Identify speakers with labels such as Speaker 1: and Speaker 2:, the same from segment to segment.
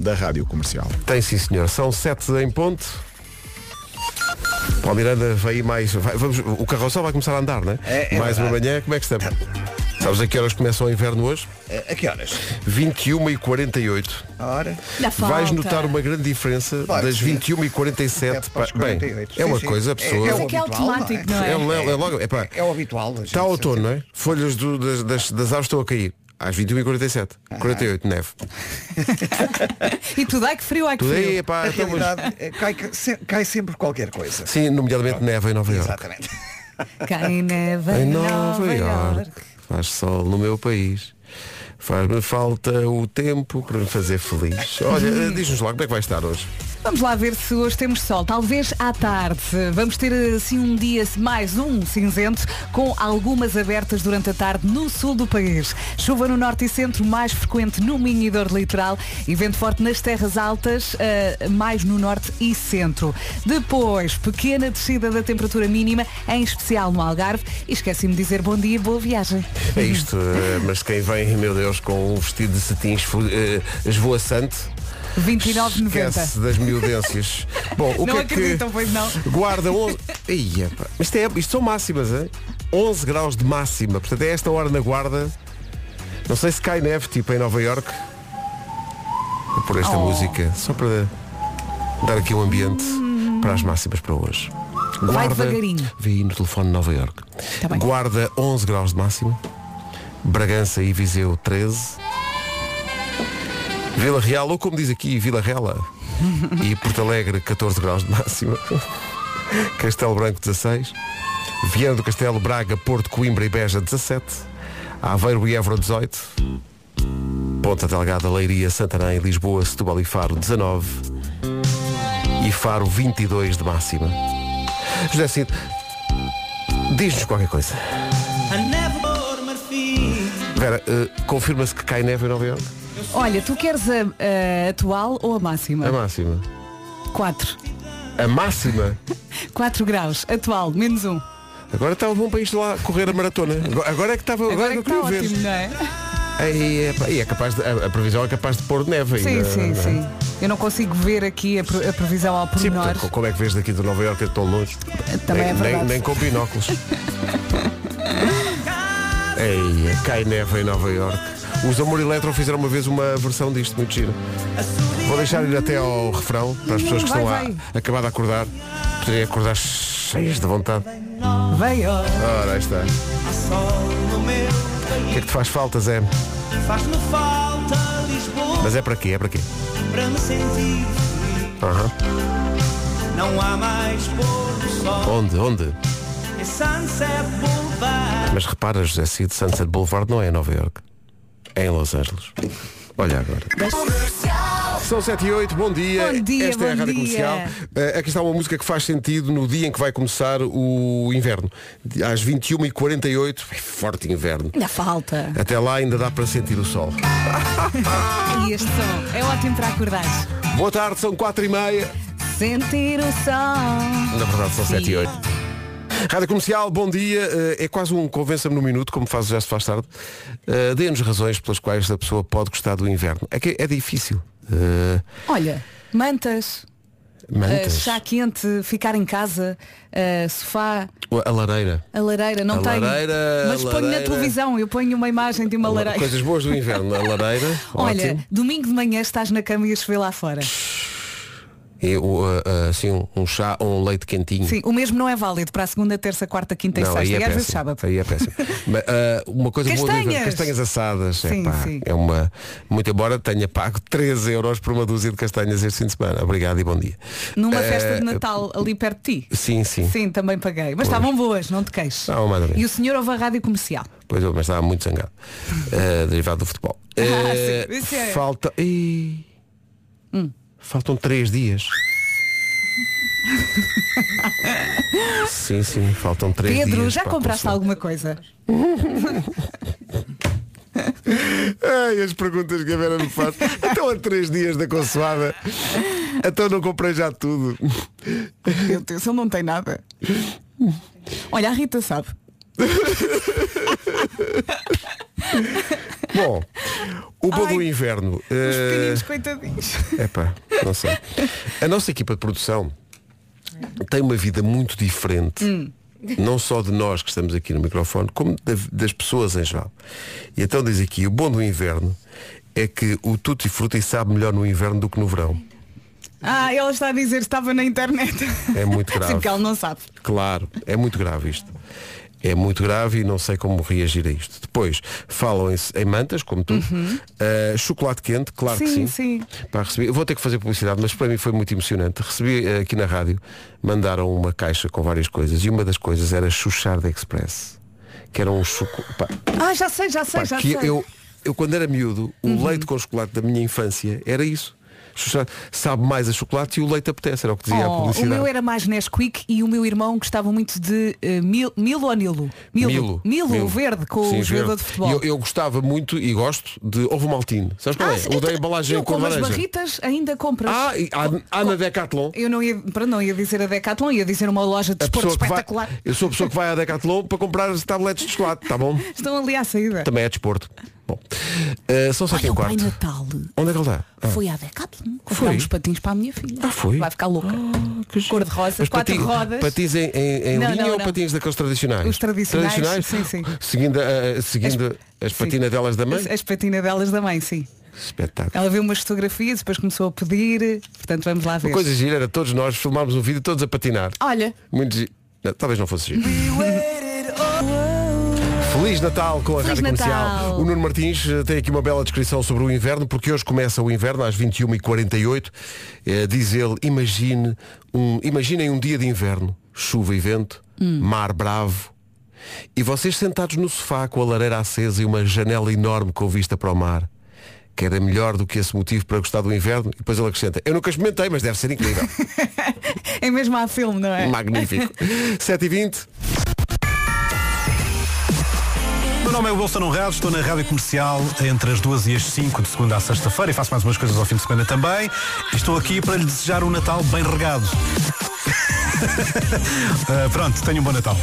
Speaker 1: da Rádio Comercial.
Speaker 2: Tem sim senhor, são sete em ponto. Paulo Miranda vai aí mais. vai- vamos, o carrossel vai começar a andar, né?
Speaker 3: É, é
Speaker 2: mais uma
Speaker 3: verdade.
Speaker 2: manhã, como é que estamos? Sabes a que horas começa o inverno hoje?
Speaker 3: A que horas?
Speaker 2: 21 e 48.
Speaker 3: A hora?
Speaker 4: Ainda
Speaker 2: Vais
Speaker 4: falta.
Speaker 2: notar uma grande diferença
Speaker 3: Claro que
Speaker 2: das
Speaker 3: sim.
Speaker 2: 21 e 47
Speaker 3: É, para os
Speaker 2: para- Bem,
Speaker 3: 48.
Speaker 2: é uma
Speaker 3: Sim, sim.
Speaker 2: coisa, a pessoa. É,
Speaker 3: É, é
Speaker 4: Mas é que é
Speaker 3: o habitual,
Speaker 4: automático,
Speaker 3: não
Speaker 4: não é?
Speaker 2: é- é logo. É, pá,
Speaker 3: É o habitual. hoje.
Speaker 2: Está outono, não é? Folhas do- das, das- das árvores estão a cair. Às 21h47. 48, neve.
Speaker 4: E tudo, ai que frio, ai que
Speaker 2: Tudo aí,
Speaker 4: frio.
Speaker 2: epá,
Speaker 3: Na
Speaker 2: estamos-
Speaker 3: realidade, eh, cai, se- cai sempre qualquer coisa.
Speaker 2: Sim, nomeadamente neve em Nova Iorque.
Speaker 3: Exatamente.
Speaker 2: é-
Speaker 4: Quem neva
Speaker 2: Em
Speaker 4: em
Speaker 2: Nova,
Speaker 4: Nova
Speaker 2: Iorque
Speaker 4: York.
Speaker 2: faz sol no meu país. Faz-me falta o tempo para me fazer feliz. Olha, diz-nos lá como é que vai estar hoje.
Speaker 4: Vamos lá ver se hoje temos sol. Talvez à tarde. Vamos ter assim um dia mais um cinzento, com algumas abertas durante a tarde no sul do país. Chuva no norte e centro, mais frequente no Minho e Dor Litoral e vento forte nas terras altas, eh, mais no norte e centro. Depois, pequena descida da temperatura mínima, em especial no Algarve. E esqueci-me de dizer bom dia e boa viagem.
Speaker 2: É isto, eh, mas quem vem, meu Deus, com um vestido de cetim esfo- eh, esvoaçante.
Speaker 4: 29,90.
Speaker 2: Esquece das miudências. Bom, o
Speaker 4: Não
Speaker 2: que é
Speaker 4: acreditam,
Speaker 2: que
Speaker 4: pois não?
Speaker 2: Guarda 11. Ih, epá. isto, é, isto são máximas, hein? 11 graus de máxima. Portanto, é esta hora na guarda. Não sei se cai neve, tipo em Nova York. Vou pôr esta
Speaker 4: Oh.
Speaker 2: música, só para dar aqui um ambiente para as máximas para hoje.
Speaker 4: Vai devagarinho.
Speaker 2: Vê aí no telefone de Nova York.
Speaker 4: Tá bem.
Speaker 2: guarda 11 graus de máxima. Bragança e Viseu 13. Vila Real, ou como diz aqui, Vila Rela. E Porto Alegre, 14 graus de máxima. Castelo Branco, 16. Viana do Castelo, Braga, Porto, Coimbra e Beja, 17. Aveiro e Évora, 18. Ponta Delgada, Leiria, Santarém, Lisboa, Setúbal e Faro, 19. E Faro, 22 de máxima. José Cid, diz-nos qualquer coisa. Vera, eh, confirma-se que cai neve em Nova Iorque?
Speaker 4: Olha, tu queres a, a atual ou a máxima?
Speaker 2: A máxima.
Speaker 4: 4.
Speaker 2: A máxima?
Speaker 4: 4 graus, atual, menos um.
Speaker 2: Agora estava bom para isto lá correr a maratona. Agora- Agora é que estava. Agora,
Speaker 4: Agora
Speaker 2: é
Speaker 4: é
Speaker 2: que eu
Speaker 4: que está
Speaker 2: queria ver.
Speaker 4: ótimo, não é?
Speaker 2: Aí é, pá, e é capaz de- a, a previsão é capaz de pôr neve
Speaker 4: Sim,
Speaker 2: ainda. não
Speaker 4: sim,
Speaker 2: é?
Speaker 4: sim. Eu não consigo ver aqui a, pre- a previsão ao
Speaker 2: Sim,
Speaker 4: pormenor.
Speaker 2: portanto, como é que vês daqui de Nova Iorque é tão longe?
Speaker 4: Também
Speaker 2: nem,
Speaker 4: é
Speaker 2: nem,
Speaker 4: verdade.
Speaker 2: nem com binóculos. Ei, cai neve em Nova Iorque. Os Amor Eletro fizeram uma vez uma versão disto, muito giro. Vou deixar ir até ao refrão, para as pessoas que
Speaker 4: Vai,
Speaker 2: estão
Speaker 4: vai.
Speaker 2: a acabar de acordar, poderem acordar cheias de vontade.
Speaker 4: Veio.
Speaker 2: Ora, aí está. O que é que te faz falta, Zé?
Speaker 5: Faz-me falta Lisboa
Speaker 2: Mas é para quê? É para quê?
Speaker 5: para me sentir.
Speaker 2: Aham.
Speaker 5: Não há mais pôr do sol.
Speaker 2: Onde? Onde?
Speaker 5: É Sunset Boulevard.
Speaker 2: Mas repara, José Cid, Sunset Boulevard não é em Nova York. É em Los Angeles. Olha agora. São 7 e 8, bom dia.
Speaker 4: Bom dia,
Speaker 2: Esta é a
Speaker 4: bom
Speaker 2: Rádio
Speaker 4: dia.
Speaker 2: Comercial. Eh, aqui está uma música que faz sentido no dia em que vai começar o inverno. Às 21h48, é forte inverno.
Speaker 4: Ainda falta.
Speaker 2: Até lá ainda dá para sentir o sol.
Speaker 4: E este som é ótimo para acordar.
Speaker 2: Boa tarde, são 4 e meia.
Speaker 4: Sentir o sol.
Speaker 2: Na verdade são 7 e 8. Rádio Comercial, bom dia. Eh, É quase um convença-me no minuto, como faz o Já se faz tarde. Eh, Dê-nos razões pelas quais a pessoa pode gostar do inverno. É que é difícil. Eh,
Speaker 4: Olha, mantas,
Speaker 2: mantas,
Speaker 4: ah, chá quente, ficar em casa, ah, sofá,
Speaker 2: a lareira.
Speaker 4: a lareira, não
Speaker 2: A
Speaker 4: tenho.
Speaker 2: lareira,
Speaker 4: Mas
Speaker 2: a
Speaker 4: ponho na
Speaker 2: lareira.
Speaker 4: televisão, eu ponho uma imagem de uma lareira.
Speaker 2: Coisas boas do inverno. A lareira,
Speaker 4: Olha,
Speaker 2: ótimo.
Speaker 4: domingo de manhã estás na cama e a chover lá fora.
Speaker 2: E o, ah, ah, assim, um, um chá ou um leite quentinho.
Speaker 4: Sim, o mesmo não é válido para a segunda, terça, quarta, quinta e
Speaker 2: Não, aí é
Speaker 4: sexta. e às vezes
Speaker 2: péssimo.
Speaker 4: sábado.
Speaker 2: Aí é péssimo. Mas, ah, uma coisa boa do inverno,
Speaker 4: Castanhas.
Speaker 2: castanhas assadas.
Speaker 4: Sim,
Speaker 2: Epá,
Speaker 4: sim.
Speaker 2: É uma. Muito embora tenha pago 13 euros por uma dúzia de castanhas este fim de semana. Obrigado e bom dia.
Speaker 4: Numa
Speaker 2: Eh,
Speaker 4: festa de Natal ali perto de ti.
Speaker 2: Sim, sim.
Speaker 4: Sim, também paguei. Mas estavam boas, não te queixes.
Speaker 2: Estavam mais ou menos.
Speaker 4: E o senhor ouve a rádio comercial.
Speaker 2: Pois eu, mas estava muito zangado. Eh, derivado do futebol. Eh,
Speaker 4: Ah, sim, isso é. Hum.
Speaker 2: Falta. Ih. Faltam três dias. sim, sim, faltam três dias. é.
Speaker 4: Pedro, já
Speaker 2: para
Speaker 4: compraste
Speaker 2: a
Speaker 4: alguma coisa?
Speaker 2: Ai, as perguntas que a Vera me faz. Estão a três dias da consoada. Então não comprei já tudo.
Speaker 4: Meu Deus, ele não tem nada. Olha, a Rita sabe.
Speaker 2: Bom, o bom do
Speaker 4: Ai,
Speaker 2: inverno.
Speaker 4: Os
Speaker 2: eh,
Speaker 4: pequeninos, coitadinhos.
Speaker 2: Epá, não sei. A nossa equipa de produção tem uma vida muito diferente.
Speaker 4: Hum.
Speaker 2: Não só de nós que estamos aqui no microfone, como da- das pessoas em geral. E então diz aqui, o bom do inverno é que o tutti frutti sabe melhor no inverno do que no verão.
Speaker 4: Ah, ela está a dizer que estava na internet.
Speaker 2: É muito grave.
Speaker 4: Sim, porque ela não sabe.
Speaker 2: Claro, é muito grave isto. É muito grave e não sei como reagir a isto. Depois, falam em, em mantas, como tu. Ah, chocolate quente, claro que
Speaker 4: Uhum. Sim,
Speaker 2: sim.
Speaker 4: sim.
Speaker 2: Pá, recebi, eu vou ter que fazer publicidade, mas para mim foi muito emocionante. Recebi eh, aqui na rádio, mandaram uma caixa com várias coisas e uma das coisas era Xuxar da Express. Que era um chocolate. pá,
Speaker 4: Ah, já sei, já sei,
Speaker 2: Pá,
Speaker 4: já
Speaker 2: que
Speaker 4: sei. Uhum.
Speaker 2: eu, eu quando era miúdo, o leite com chocolate da minha infância era isso. Chuchar- Sabe mais a chocolate e o leite apetece, era o que dizia a
Speaker 4: Oh, o
Speaker 2: publicidade.
Speaker 4: meu era mais Nesquik e o meu irmão gostava muito de eh, mil, Milo ou Nilo?
Speaker 2: Milo.
Speaker 4: Milo, verde, com
Speaker 2: Sim,
Speaker 4: o jogador
Speaker 2: verde.
Speaker 4: de futebol.
Speaker 2: E Eu, eu gostava muito e gosto de ovo maltine. Sabes qual
Speaker 4: Ah,
Speaker 2: é? O da
Speaker 4: então,
Speaker 2: embalagem
Speaker 4: eu
Speaker 2: com
Speaker 4: como as
Speaker 2: laranja.
Speaker 4: barritas ainda compras.
Speaker 2: Ah, e há, há na Decathlon.
Speaker 4: Eu não ia, para não ia dizer a Decathlon, ia dizer uma loja de
Speaker 2: A
Speaker 4: desporto
Speaker 2: pessoa que vai,
Speaker 4: espetacular.
Speaker 2: eu sou a pessoa que vai à Decathlon para comprar as tabletes de chocolate, tá bom?
Speaker 4: Estão ali à saída.
Speaker 2: Também é desporto. Bom, eh, são sete
Speaker 4: Olha,
Speaker 2: e um
Speaker 4: o Pai
Speaker 2: quarto.
Speaker 4: Natal
Speaker 2: Onde é que ele está? Ah,
Speaker 4: foi à Decathlon comprar uns patins para a minha filha.
Speaker 2: Ah, foi? Ah.
Speaker 4: Vai ficar louca. Cor de rosa,
Speaker 2: mas
Speaker 4: quatro
Speaker 2: pati-
Speaker 4: rodas.
Speaker 2: Patins em, em- em
Speaker 4: Não,
Speaker 2: linha
Speaker 4: não,
Speaker 2: ou
Speaker 4: não.
Speaker 2: patins daqueles tradicionais?
Speaker 4: Os tradicionais, sim, sim.
Speaker 2: Seguindo, a- a- seguindo as,
Speaker 4: sim.
Speaker 2: patinadelas da mãe?
Speaker 4: As, as patinelas da mãe, sim.
Speaker 2: Espetáculo.
Speaker 4: Ela viu umas fotografias, depois começou a pedir, portanto vamos lá ver.
Speaker 2: Uma coisa gira era todos nós filmarmos um vídeo todos a patinar.
Speaker 4: Olha,
Speaker 2: Muito giro. Não, Talvez não fosse giro. Feliz Natal com a
Speaker 4: Feliz
Speaker 2: Rádio Comercial.
Speaker 4: Natal.
Speaker 2: O Nuno Martins eh, tem aqui uma bela descrição sobre o inverno, porque hoje começa o inverno às 21h48. Eh, diz ele, imagine um, imaginem um dia de inverno, chuva e vento,
Speaker 4: Hum.
Speaker 2: mar bravo, e vocês sentados no sofá com a lareira acesa e uma janela enorme com vista para o mar. Que era melhor do que esse motivo para gostar do inverno. E depois ele acrescenta, eu nunca experimentei, mas deve ser incrível.
Speaker 4: é mesmo a filme, não é?
Speaker 2: Magnífico. 7h20.
Speaker 1: Meu nome é Wilson Honrado, estou na Rádio Comercial entre as duas e as 5, de segunda à sexta-feira, e faço mais umas coisas ao fim de semana também. E Estou aqui para lhe desejar um Natal bem regado. Ah, pronto, tenha um bom Natal.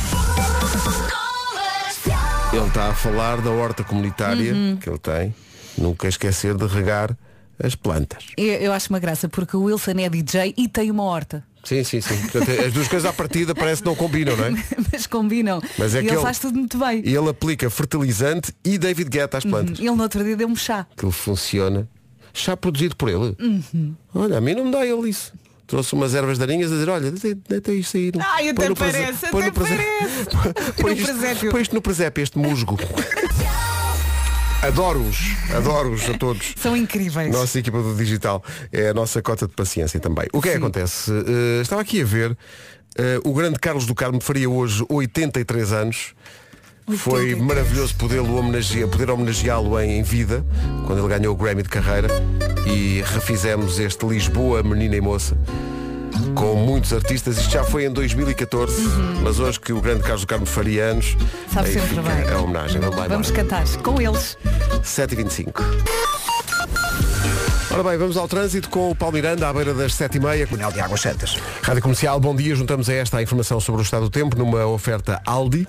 Speaker 2: Ele está a falar da horta comunitária que ele tem. Nunca esquecer de regar as plantas.
Speaker 4: Eu, eu acho uma graça, porque o Wilson é DJ e tem uma horta.
Speaker 2: Sim, sim, sim. Portanto, as duas coisas à partida parece que não combinam, não é?
Speaker 4: Mas combinam.
Speaker 2: Mas é
Speaker 4: e
Speaker 2: que
Speaker 4: ele,
Speaker 2: ele-
Speaker 4: faz tudo muito bem.
Speaker 2: E ele aplica fertilizante e David Guetta às plantas.
Speaker 4: Ele no outro dia deu-me chá.
Speaker 2: Aquilo funciona. Chá produzido por ele.
Speaker 4: Uhum.
Speaker 2: Olha, a mim não me dá ele isso. Trouxe umas ervas daninhas a dizer, olha, deita- deita isto aí. no-
Speaker 4: Ai, até
Speaker 2: põe no
Speaker 4: parece,
Speaker 2: prese-
Speaker 4: até
Speaker 2: põe no prese-
Speaker 4: parece.
Speaker 2: põe
Speaker 4: No
Speaker 2: isto-
Speaker 4: presépio.
Speaker 2: Põe isto no presépio, este musgo. Adoro-os, adoro-os a todos.
Speaker 4: São incríveis.
Speaker 2: Nossa equipa do digital é a nossa cota de paciência também. O que é que acontece? Eh, estava aqui a ver, eh, o grande Carlos do Carmo faria hoje 83 anos. Foi
Speaker 4: 83.
Speaker 2: maravilhoso podê-lo homenagear, poder homenageá-lo em, em vida, quando ele ganhou o Grammy de carreira. E refizemos este Lisboa, Menina e Moça, com muitos artistas. Isto já foi em 2014, mas hoje que o grande Carlos do Carmo faria anos,
Speaker 4: Uhum. Sabe
Speaker 2: aí
Speaker 4: sempre
Speaker 2: fica
Speaker 4: bem.
Speaker 2: a É homenagem. Vamos lá
Speaker 4: Vamos
Speaker 2: embora.
Speaker 4: cantar com eles.
Speaker 2: 7h25. Ora bem, vamos ao trânsito com o Paulo Miranda à beira das 7h30.
Speaker 3: Túnel de Águas Santas.
Speaker 2: Rádio Comercial, bom dia. Juntamos a esta a informação sobre o estado do tempo numa oferta Aldi.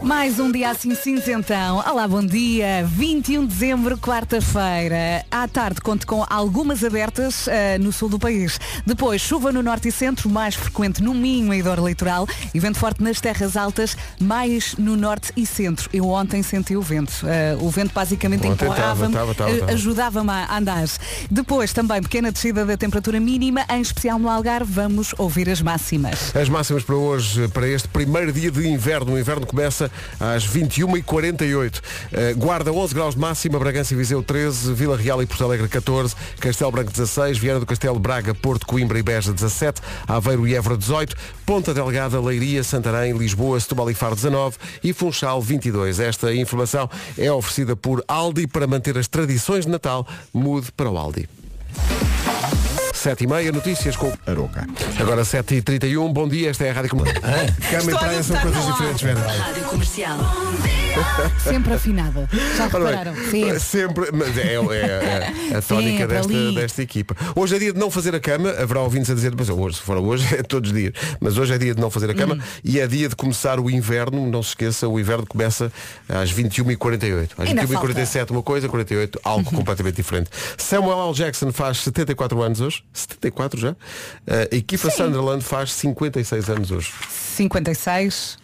Speaker 4: Mais um dia assim cinzentão. Olá, bom dia. 21 de dezembro, quarta-feira. À tarde, conto com algumas abertas ah, no sul do país. Depois, chuva no norte e centro, mais frequente no Minho e Douro Litoral. E vento forte nas terras altas, mais no norte e centro. Eu ontem senti o vento. Ah, o vento basicamente
Speaker 2: Ontem tava,
Speaker 4: empurrava-me,
Speaker 2: tava, tava,
Speaker 4: ah,
Speaker 2: tava.
Speaker 4: ajudava-me a andar. Depois, também, pequena descida da temperatura mínima, em especial no Algarve, vamos ouvir as máximas.
Speaker 2: As máximas para hoje, para este primeiro dia de inverno. O inverno começa às 21h48. Eh, Guarda 11 graus de máxima, Bragança e Viseu 13, Vila Real e Porto Alegre 14, Castelo Branco 16, Viana do Castelo, Braga, Porto, Coimbra e Beja 17, Aveiro e Évora 18, Ponta Delgada, Leiria, Santarém, Lisboa, Setúbal e Faro 19 e Funchal 22. Esta informação é oferecida por Aldi para manter as tradições de Natal. Mude para o Aldi. 7 e meia, notícias com...
Speaker 6: Aroca.
Speaker 2: Agora 7 e 31 bom dia, esta é a Rádio Comunidade.
Speaker 4: Estou
Speaker 2: Cama
Speaker 4: e praia a são lutar coisas no ar. diferentes,
Speaker 2: Vera.
Speaker 7: Rádio Comercial.
Speaker 4: Sempre afinada. Já
Speaker 2: Ora
Speaker 4: repararam?
Speaker 2: bem,
Speaker 4: Sempre.
Speaker 2: sempre, mas é, é- é a tónica
Speaker 4: Sempre
Speaker 2: desta,
Speaker 4: ali.
Speaker 2: desta equipa. Hoje é dia de não fazer a cama, haverá ouvintes a dizer, mas hoje, se for hoje, é todos os dias. Mas hoje é dia de não fazer a cama
Speaker 4: Hum.
Speaker 2: e é dia de começar o inverno, não se esqueça, o inverno começa às 21h48. Às
Speaker 4: Ainda Uhum.
Speaker 2: 21h47 uma coisa, 48 algo completamente diferente. Samuel L. Jackson faz 74 anos hoje, 74 já. A equipa Sunderland faz 56 anos hoje.
Speaker 4: 56.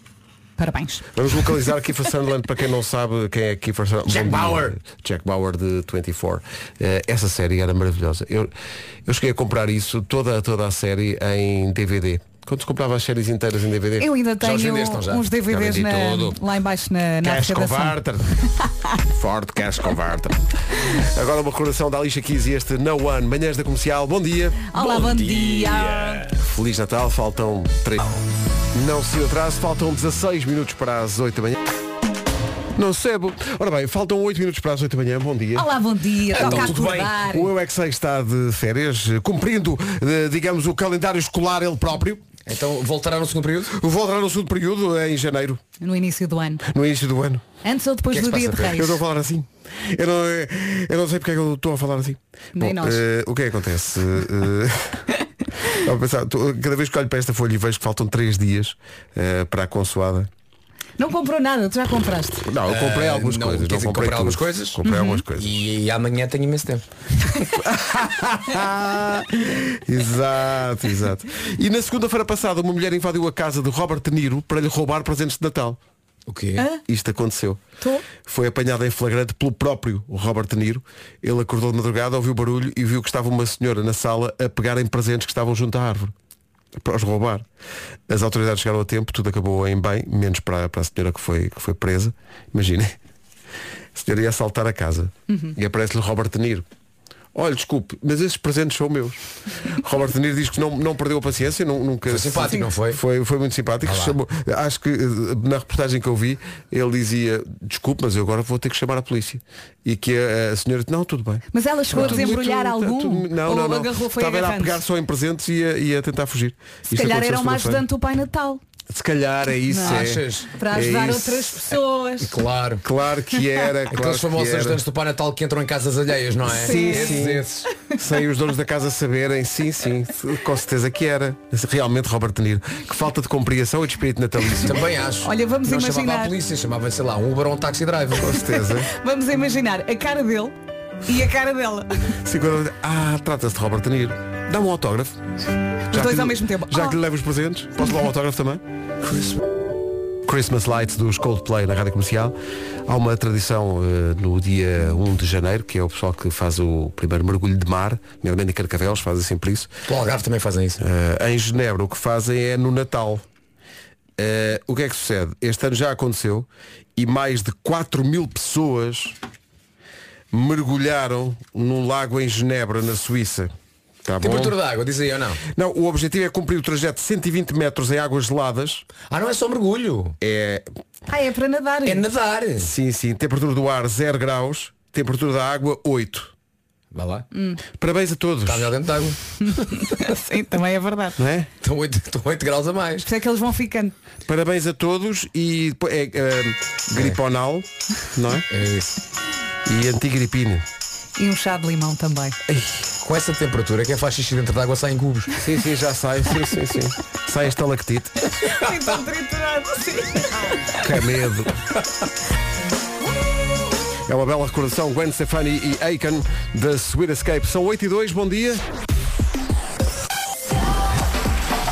Speaker 4: Parabéns.
Speaker 2: Vamos localizar Kiefer Sunderland para quem não sabe quem é Kiefer Sunderland. Jack Bauer. Jack Bauer de 24. Eh, essa série era maravilhosa. Eu, eu cheguei a comprar isso, toda, toda a série, em DVD. Quando se comprava as séries inteiras em DVD.
Speaker 4: Eu ainda
Speaker 2: Já
Speaker 4: tenho
Speaker 2: os vendeste, não já?
Speaker 4: uns DVDs
Speaker 2: Já vendi
Speaker 4: na-
Speaker 2: tudo.
Speaker 4: lá embaixo na, na
Speaker 2: Cash
Speaker 4: arrecadação.
Speaker 2: Converter. Ford Cash Converter. Agora uma recordação da Alicia Keys e este No One. Manhãs da Comercial. Bom dia.
Speaker 4: Olá, bom, dia.
Speaker 2: Feliz Natal. Faltam três. Não se atrase. Faltam 16 minutos para as 8 da manhã. Não sebo. Ora bem, faltam 8 minutos para as 8 da manhã. Bom dia.
Speaker 4: Olá, bom dia. Toca
Speaker 2: Então, tudo bem?
Speaker 4: acordar.
Speaker 2: O Eu é que Sei está de férias, eh, cumprindo, eh, digamos, o calendário escolar ele próprio.
Speaker 8: Então voltará no segundo período?
Speaker 2: Voltará no segundo período eh, em janeiro,
Speaker 4: No início do ano.
Speaker 2: no início do ano.
Speaker 4: Antes ou depois
Speaker 8: O que
Speaker 4: do
Speaker 8: é que se
Speaker 4: dia de
Speaker 8: passa,
Speaker 4: reis.
Speaker 2: Eu não vou falar assim. Eu não, eh, eu não sei porque é que eu estou a falar assim.
Speaker 4: Nem
Speaker 2: Bom,
Speaker 4: nós.
Speaker 2: eh, o que é que acontece? Eh, eh, estava a pensar, tu- cada vez que olho para esta folha e vejo que faltam três dias eh, para a consoada.
Speaker 4: Não comprou nada, tu já compraste.
Speaker 2: Não, eu comprei
Speaker 8: Ah,
Speaker 2: algumas
Speaker 8: não,
Speaker 2: coisas.
Speaker 8: quer dizer,
Speaker 2: comprei
Speaker 8: comprar algumas
Speaker 2: tudo.
Speaker 8: coisas?
Speaker 4: Uhum.
Speaker 2: Comprei algumas coisas.
Speaker 8: E, e amanhã tenho imenso tempo.
Speaker 2: exato, exato. E na segunda-feira passada uma mulher invadiu a casa de Robert De Niro para lhe roubar presentes de Natal.
Speaker 8: O quê?
Speaker 2: Isto aconteceu.
Speaker 4: Tô.
Speaker 2: Foi apanhada em flagrante pelo próprio Robert De Niro. Ele acordou de madrugada, ouviu o barulho e viu que estava uma senhora na sala a pegarem presentes que estavam junto à árvore para os roubar. As autoridades chegaram a tempo, tudo acabou em bem, menos para, para a senhora que foi, que foi presa. Imaginem. A senhora ia assaltar a casa
Speaker 4: Uhum.
Speaker 2: e aparece-lhe Robert De Niro. Olha, desculpe, mas esses presentes são meus. Robert De Niro diz que não, não perdeu a paciência, nu- nunca.
Speaker 8: Foi simpático, não foi?
Speaker 2: Foi, foi muito simpático.
Speaker 8: lá.
Speaker 2: chamou- acho que eh, na reportagem que eu vi, ele dizia, desculpe, mas eu agora vou ter que chamar a polícia. E que a, a senhora, não, tudo bem.
Speaker 4: Mas ela chegou a
Speaker 2: Tudo bem, tá
Speaker 4: desembrulhar
Speaker 2: tudo-
Speaker 4: algum?
Speaker 2: tudo- não,
Speaker 4: ou
Speaker 2: não, não.
Speaker 4: agarrou foi
Speaker 2: Estava ela a
Speaker 4: agarrando?
Speaker 2: pegar só em presentes e a, e a tentar fugir.
Speaker 4: Se calhar era uma ajudante do Pai Natal.
Speaker 2: Se calhar é isso.
Speaker 4: Não.
Speaker 2: é.
Speaker 8: Achas?
Speaker 4: Para
Speaker 2: É
Speaker 4: ajudar
Speaker 2: isso.
Speaker 4: outras pessoas.
Speaker 8: Claro.
Speaker 2: Claro que
Speaker 3: É
Speaker 2: era. Claro
Speaker 8: Aqueles famosos
Speaker 2: que era.
Speaker 8: ajudantes do Pai Natal que entram em casas alheias, não é?
Speaker 4: Sim,
Speaker 8: esses,
Speaker 2: sim.
Speaker 8: esses.
Speaker 2: Sem os donos da casa saberem, sim, sim, com certeza que era. Realmente Robert De Niro. Que falta de compreensão e de espírito natalício.
Speaker 8: Também acho.
Speaker 4: Olha, vamos
Speaker 8: não chamava
Speaker 4: imaginar.
Speaker 8: a polícia, chamava, sei lá, um Uber ou um taxi driver.
Speaker 2: Com certeza.
Speaker 4: Vamos imaginar a cara dele e a cara dela.
Speaker 2: Sim, quando- Ah, trata-se de Robert De Niro. Dá um autógrafo. Já
Speaker 4: dois
Speaker 2: que-
Speaker 4: ao mesmo tempo.
Speaker 2: Já
Speaker 4: Ah.
Speaker 2: que lhe levo os presentes, posso dar um autógrafo também? Christmas Lights dos Coldplay na Rádio Comercial. Há uma tradição eh, no dia 1 de janeiro, que é o pessoal que faz o primeiro mergulho de mar, nomeadamente em Carcavelos, fazem sempre isso.
Speaker 8: O Algarve também fazem
Speaker 3: É
Speaker 8: isso.
Speaker 2: Eh, em Genebra o que fazem é no Natal. Eh, o que é que sucede? Este ano já aconteceu e mais de 4 mil pessoas mergulharam num lago em Genebra, na Suíça. Tá bom?
Speaker 8: Temperatura da água, diz aí ou não?
Speaker 2: Não, o objetivo é cumprir o trajeto de 120 metros em águas geladas.
Speaker 8: Ah, não é só mergulho.
Speaker 2: É,
Speaker 4: Ah, é para nadar.
Speaker 8: É nadar.
Speaker 2: sim, sim, temperatura do ar 0 graus, temperatura da água 8.
Speaker 8: Vá lá.
Speaker 4: Hum.
Speaker 2: Parabéns a todos.
Speaker 8: Está melhor dentro de água.
Speaker 4: Sim, também é verdade.
Speaker 2: Não é?
Speaker 8: Estão 8, estão 8 graus a mais.
Speaker 4: Por isso é que eles vão ficando.
Speaker 2: Parabéns a todos e depois é, eh, griponal, não é?
Speaker 8: É isso.
Speaker 2: E antigripina.
Speaker 4: E um chá de limão também.
Speaker 8: Com essa temperatura, é quem faz xixi dentro de água sai em cubos.
Speaker 2: Sim, sim, já sai, sim, sim, sim. Sai a estalactite.
Speaker 4: Então triturado, sim.
Speaker 2: Que medo. É uma bela recordação, Gwen Stefani e Aiken da Sweet Escape. São 8 e 2, bom dia.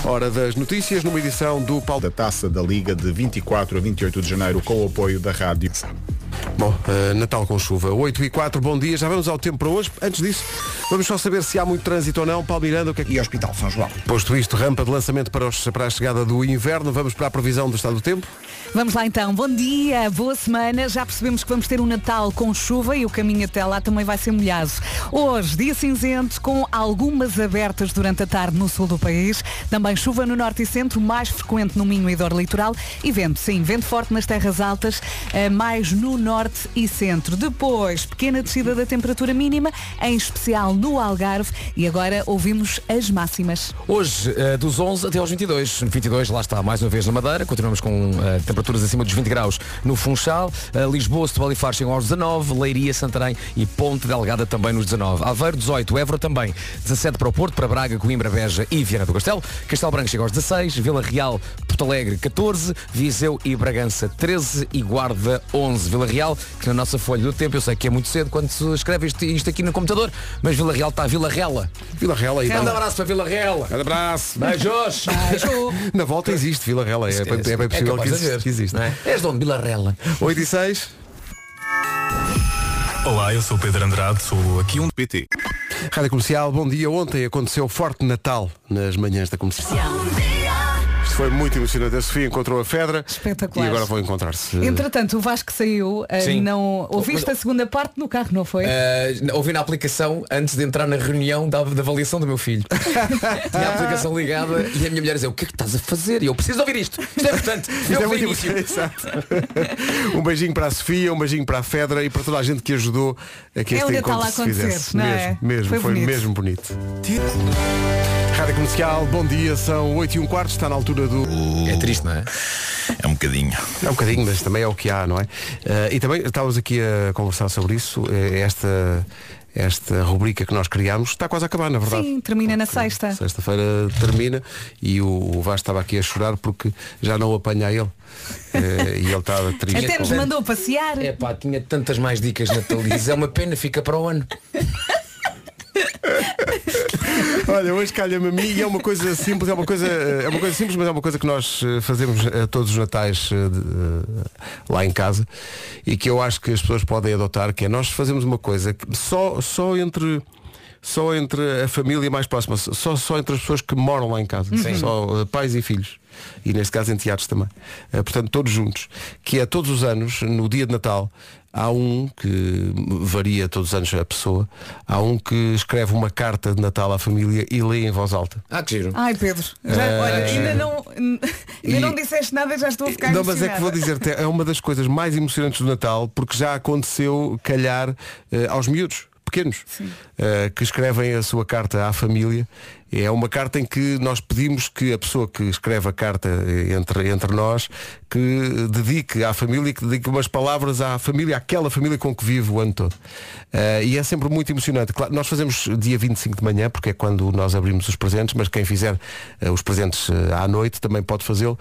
Speaker 2: Hora das notícias numa edição do Paulo.
Speaker 6: Da taça da Liga de 24 a 28 de janeiro com o apoio da Rádio.
Speaker 2: Bom, eh, Natal com chuva. 8 e 4, bom dia. Já vamos ao tempo para hoje. Antes disso, vamos só saber se há muito trânsito ou não. Paulo Miranda, o que é que
Speaker 3: E Hospital São João.
Speaker 2: Posto isto, rampa de lançamento para, os- para a chegada do inverno, vamos para a previsão do estado do tempo.
Speaker 4: Vamos lá então, bom dia, boa semana. Já percebemos que vamos ter um Natal com chuva e o caminho até lá também vai ser molhado. Hoje, dia cinzento, com algumas abertas durante a tarde no sul do país. Também chuva no norte e centro, mais frequente no Minho e Dor Litoral. E vento, sim, vento forte nas terras altas, eh, mais no norte e centro. Depois, pequena descida da temperatura mínima, em especial no Algarve e agora ouvimos as máximas.
Speaker 8: Hoje, eh, dos 11 até aos 22. 22, lá está, mais uma vez na Madeira. Continuamos com eh, temperaturas acima dos 20 graus no Funchal. Eh, Lisboa, Setúbal e Faro chegam aos 19. Leiria, Santarém e Ponte Delgada também nos 19. Aveiro, 18. Évora também. 17 para o Porto, para Braga, Coimbra, Beja e Viana do Castelo. Castelo Branco chega aos 16. Vila Real, Porto Alegre, 14. Viseu e Bragança, 13. E Guarda, 11. Vila Real, que na nossa folha do tempo, eu sei que é muito cedo quando se escreve isto, isto aqui no computador, mas Vila Real está Vila Rela.
Speaker 2: Vila Rela e
Speaker 8: Grande abraço para Vila Rela.
Speaker 2: Um abraço.
Speaker 8: Beijos!
Speaker 2: Na volta existe Vila Rela. É, bem- é bem possível que, existe, que existe.
Speaker 8: És dono de Vila Rela.
Speaker 2: 8 e 6.
Speaker 1: Olá, eu sou o Pedro Andrade, sou aqui um PT.
Speaker 2: Rádio Comercial, bom dia. Ontem aconteceu Forte Natal nas manhãs da Comercial. Isto foi muito emocionante. A Sofia encontrou a Fedra.
Speaker 4: Espetacular.
Speaker 2: E agora vão encontrar-se.
Speaker 4: Entretanto, o Vasco saiu, eh,
Speaker 8: Sim.
Speaker 4: não
Speaker 2: Oh,
Speaker 4: ouviste a segunda parte no carro, não
Speaker 2: É
Speaker 4: foi?
Speaker 8: Eh, ouvi na aplicação antes de entrar na reunião da, da avaliação do meu filho. Tinha a aplicação ligada e a minha mulher dizia, o que é que estás a fazer? E eu preciso ouvir isto. Isto é importante.
Speaker 2: Isto
Speaker 8: Eu
Speaker 2: é
Speaker 8: ouvi
Speaker 2: muito
Speaker 8: início.
Speaker 2: emocionante. Exato. um beijinho para a Sofia, um beijinho para a Fedra e para toda a gente que ajudou a que
Speaker 4: É
Speaker 2: este
Speaker 4: o Natal
Speaker 2: encontro
Speaker 4: a
Speaker 2: se
Speaker 4: acontecer,
Speaker 2: fizesse.
Speaker 4: não
Speaker 2: mesmo,
Speaker 4: é?
Speaker 2: mesmo, foi,
Speaker 4: Foi bonito.
Speaker 2: mesmo bonito. Rádio Comercial, bom dia, são 8 e um quarto, está na altura do.
Speaker 8: É triste, não é?
Speaker 7: É um bocadinho.
Speaker 2: É um bocadinho, mas também é o que há, não é? Eh, e também estávamos aqui a conversar sobre isso. eh, esta, esta rubrica que nós criámos está quase a acabar, na verdade.
Speaker 4: Sim, termina na sexta.
Speaker 2: Sexta-feira termina e o, o Vasco estava aqui a chorar porque já não o apanha a ele. Eh, e ele estava triste.
Speaker 4: Até
Speaker 2: com-
Speaker 4: nos mandou passear.
Speaker 8: É pá, tinha tantas mais dicas natalizes. É uma pena, fica para o ano.
Speaker 2: Olha, hoje calha-me a mim e é uma coisa simples, é uma coisa, é uma coisa simples, mas é uma coisa que nós eh, fazemos eh, todos os natais eh, de- eh, lá em casa e que eu acho que as pessoas podem adotar, que é nós fazemos uma coisa que só, só entre só entre a família mais próxima, só, só entre as pessoas que moram lá em casa, só eh, pais e filhos, e neste caso enteados também. Eh, Portanto, todos juntos, que é todos os anos, no dia de Natal, há um que varia todos os anos a pessoa, há um que escreve uma carta de Natal à família e lê em voz alta.
Speaker 8: Ah, que giro.
Speaker 4: Ai Pedro, já, olha, ainda não, ainda
Speaker 2: É. E-
Speaker 4: não disseste nada, já estou a ficar
Speaker 2: Não, mas é que vou
Speaker 4: emocionada.
Speaker 2: dizer-te, é uma das coisas mais emocionantes do Natal, porque já aconteceu calhar eh, aos miúdos pequenos eh, que escrevem a sua carta à família. É uma carta em que nós pedimos que a pessoa que escreve a carta eh, entre, entre nós que dedique à família, que dedique umas palavras à família, àquela família com que vive o ano todo. Eh, e é sempre muito emocionante. Claro, nós fazemos dia 25 de manhã, porque é quando nós abrimos os presentes, mas quem fizer eh, os presentes eh, à noite também pode fazê-lo.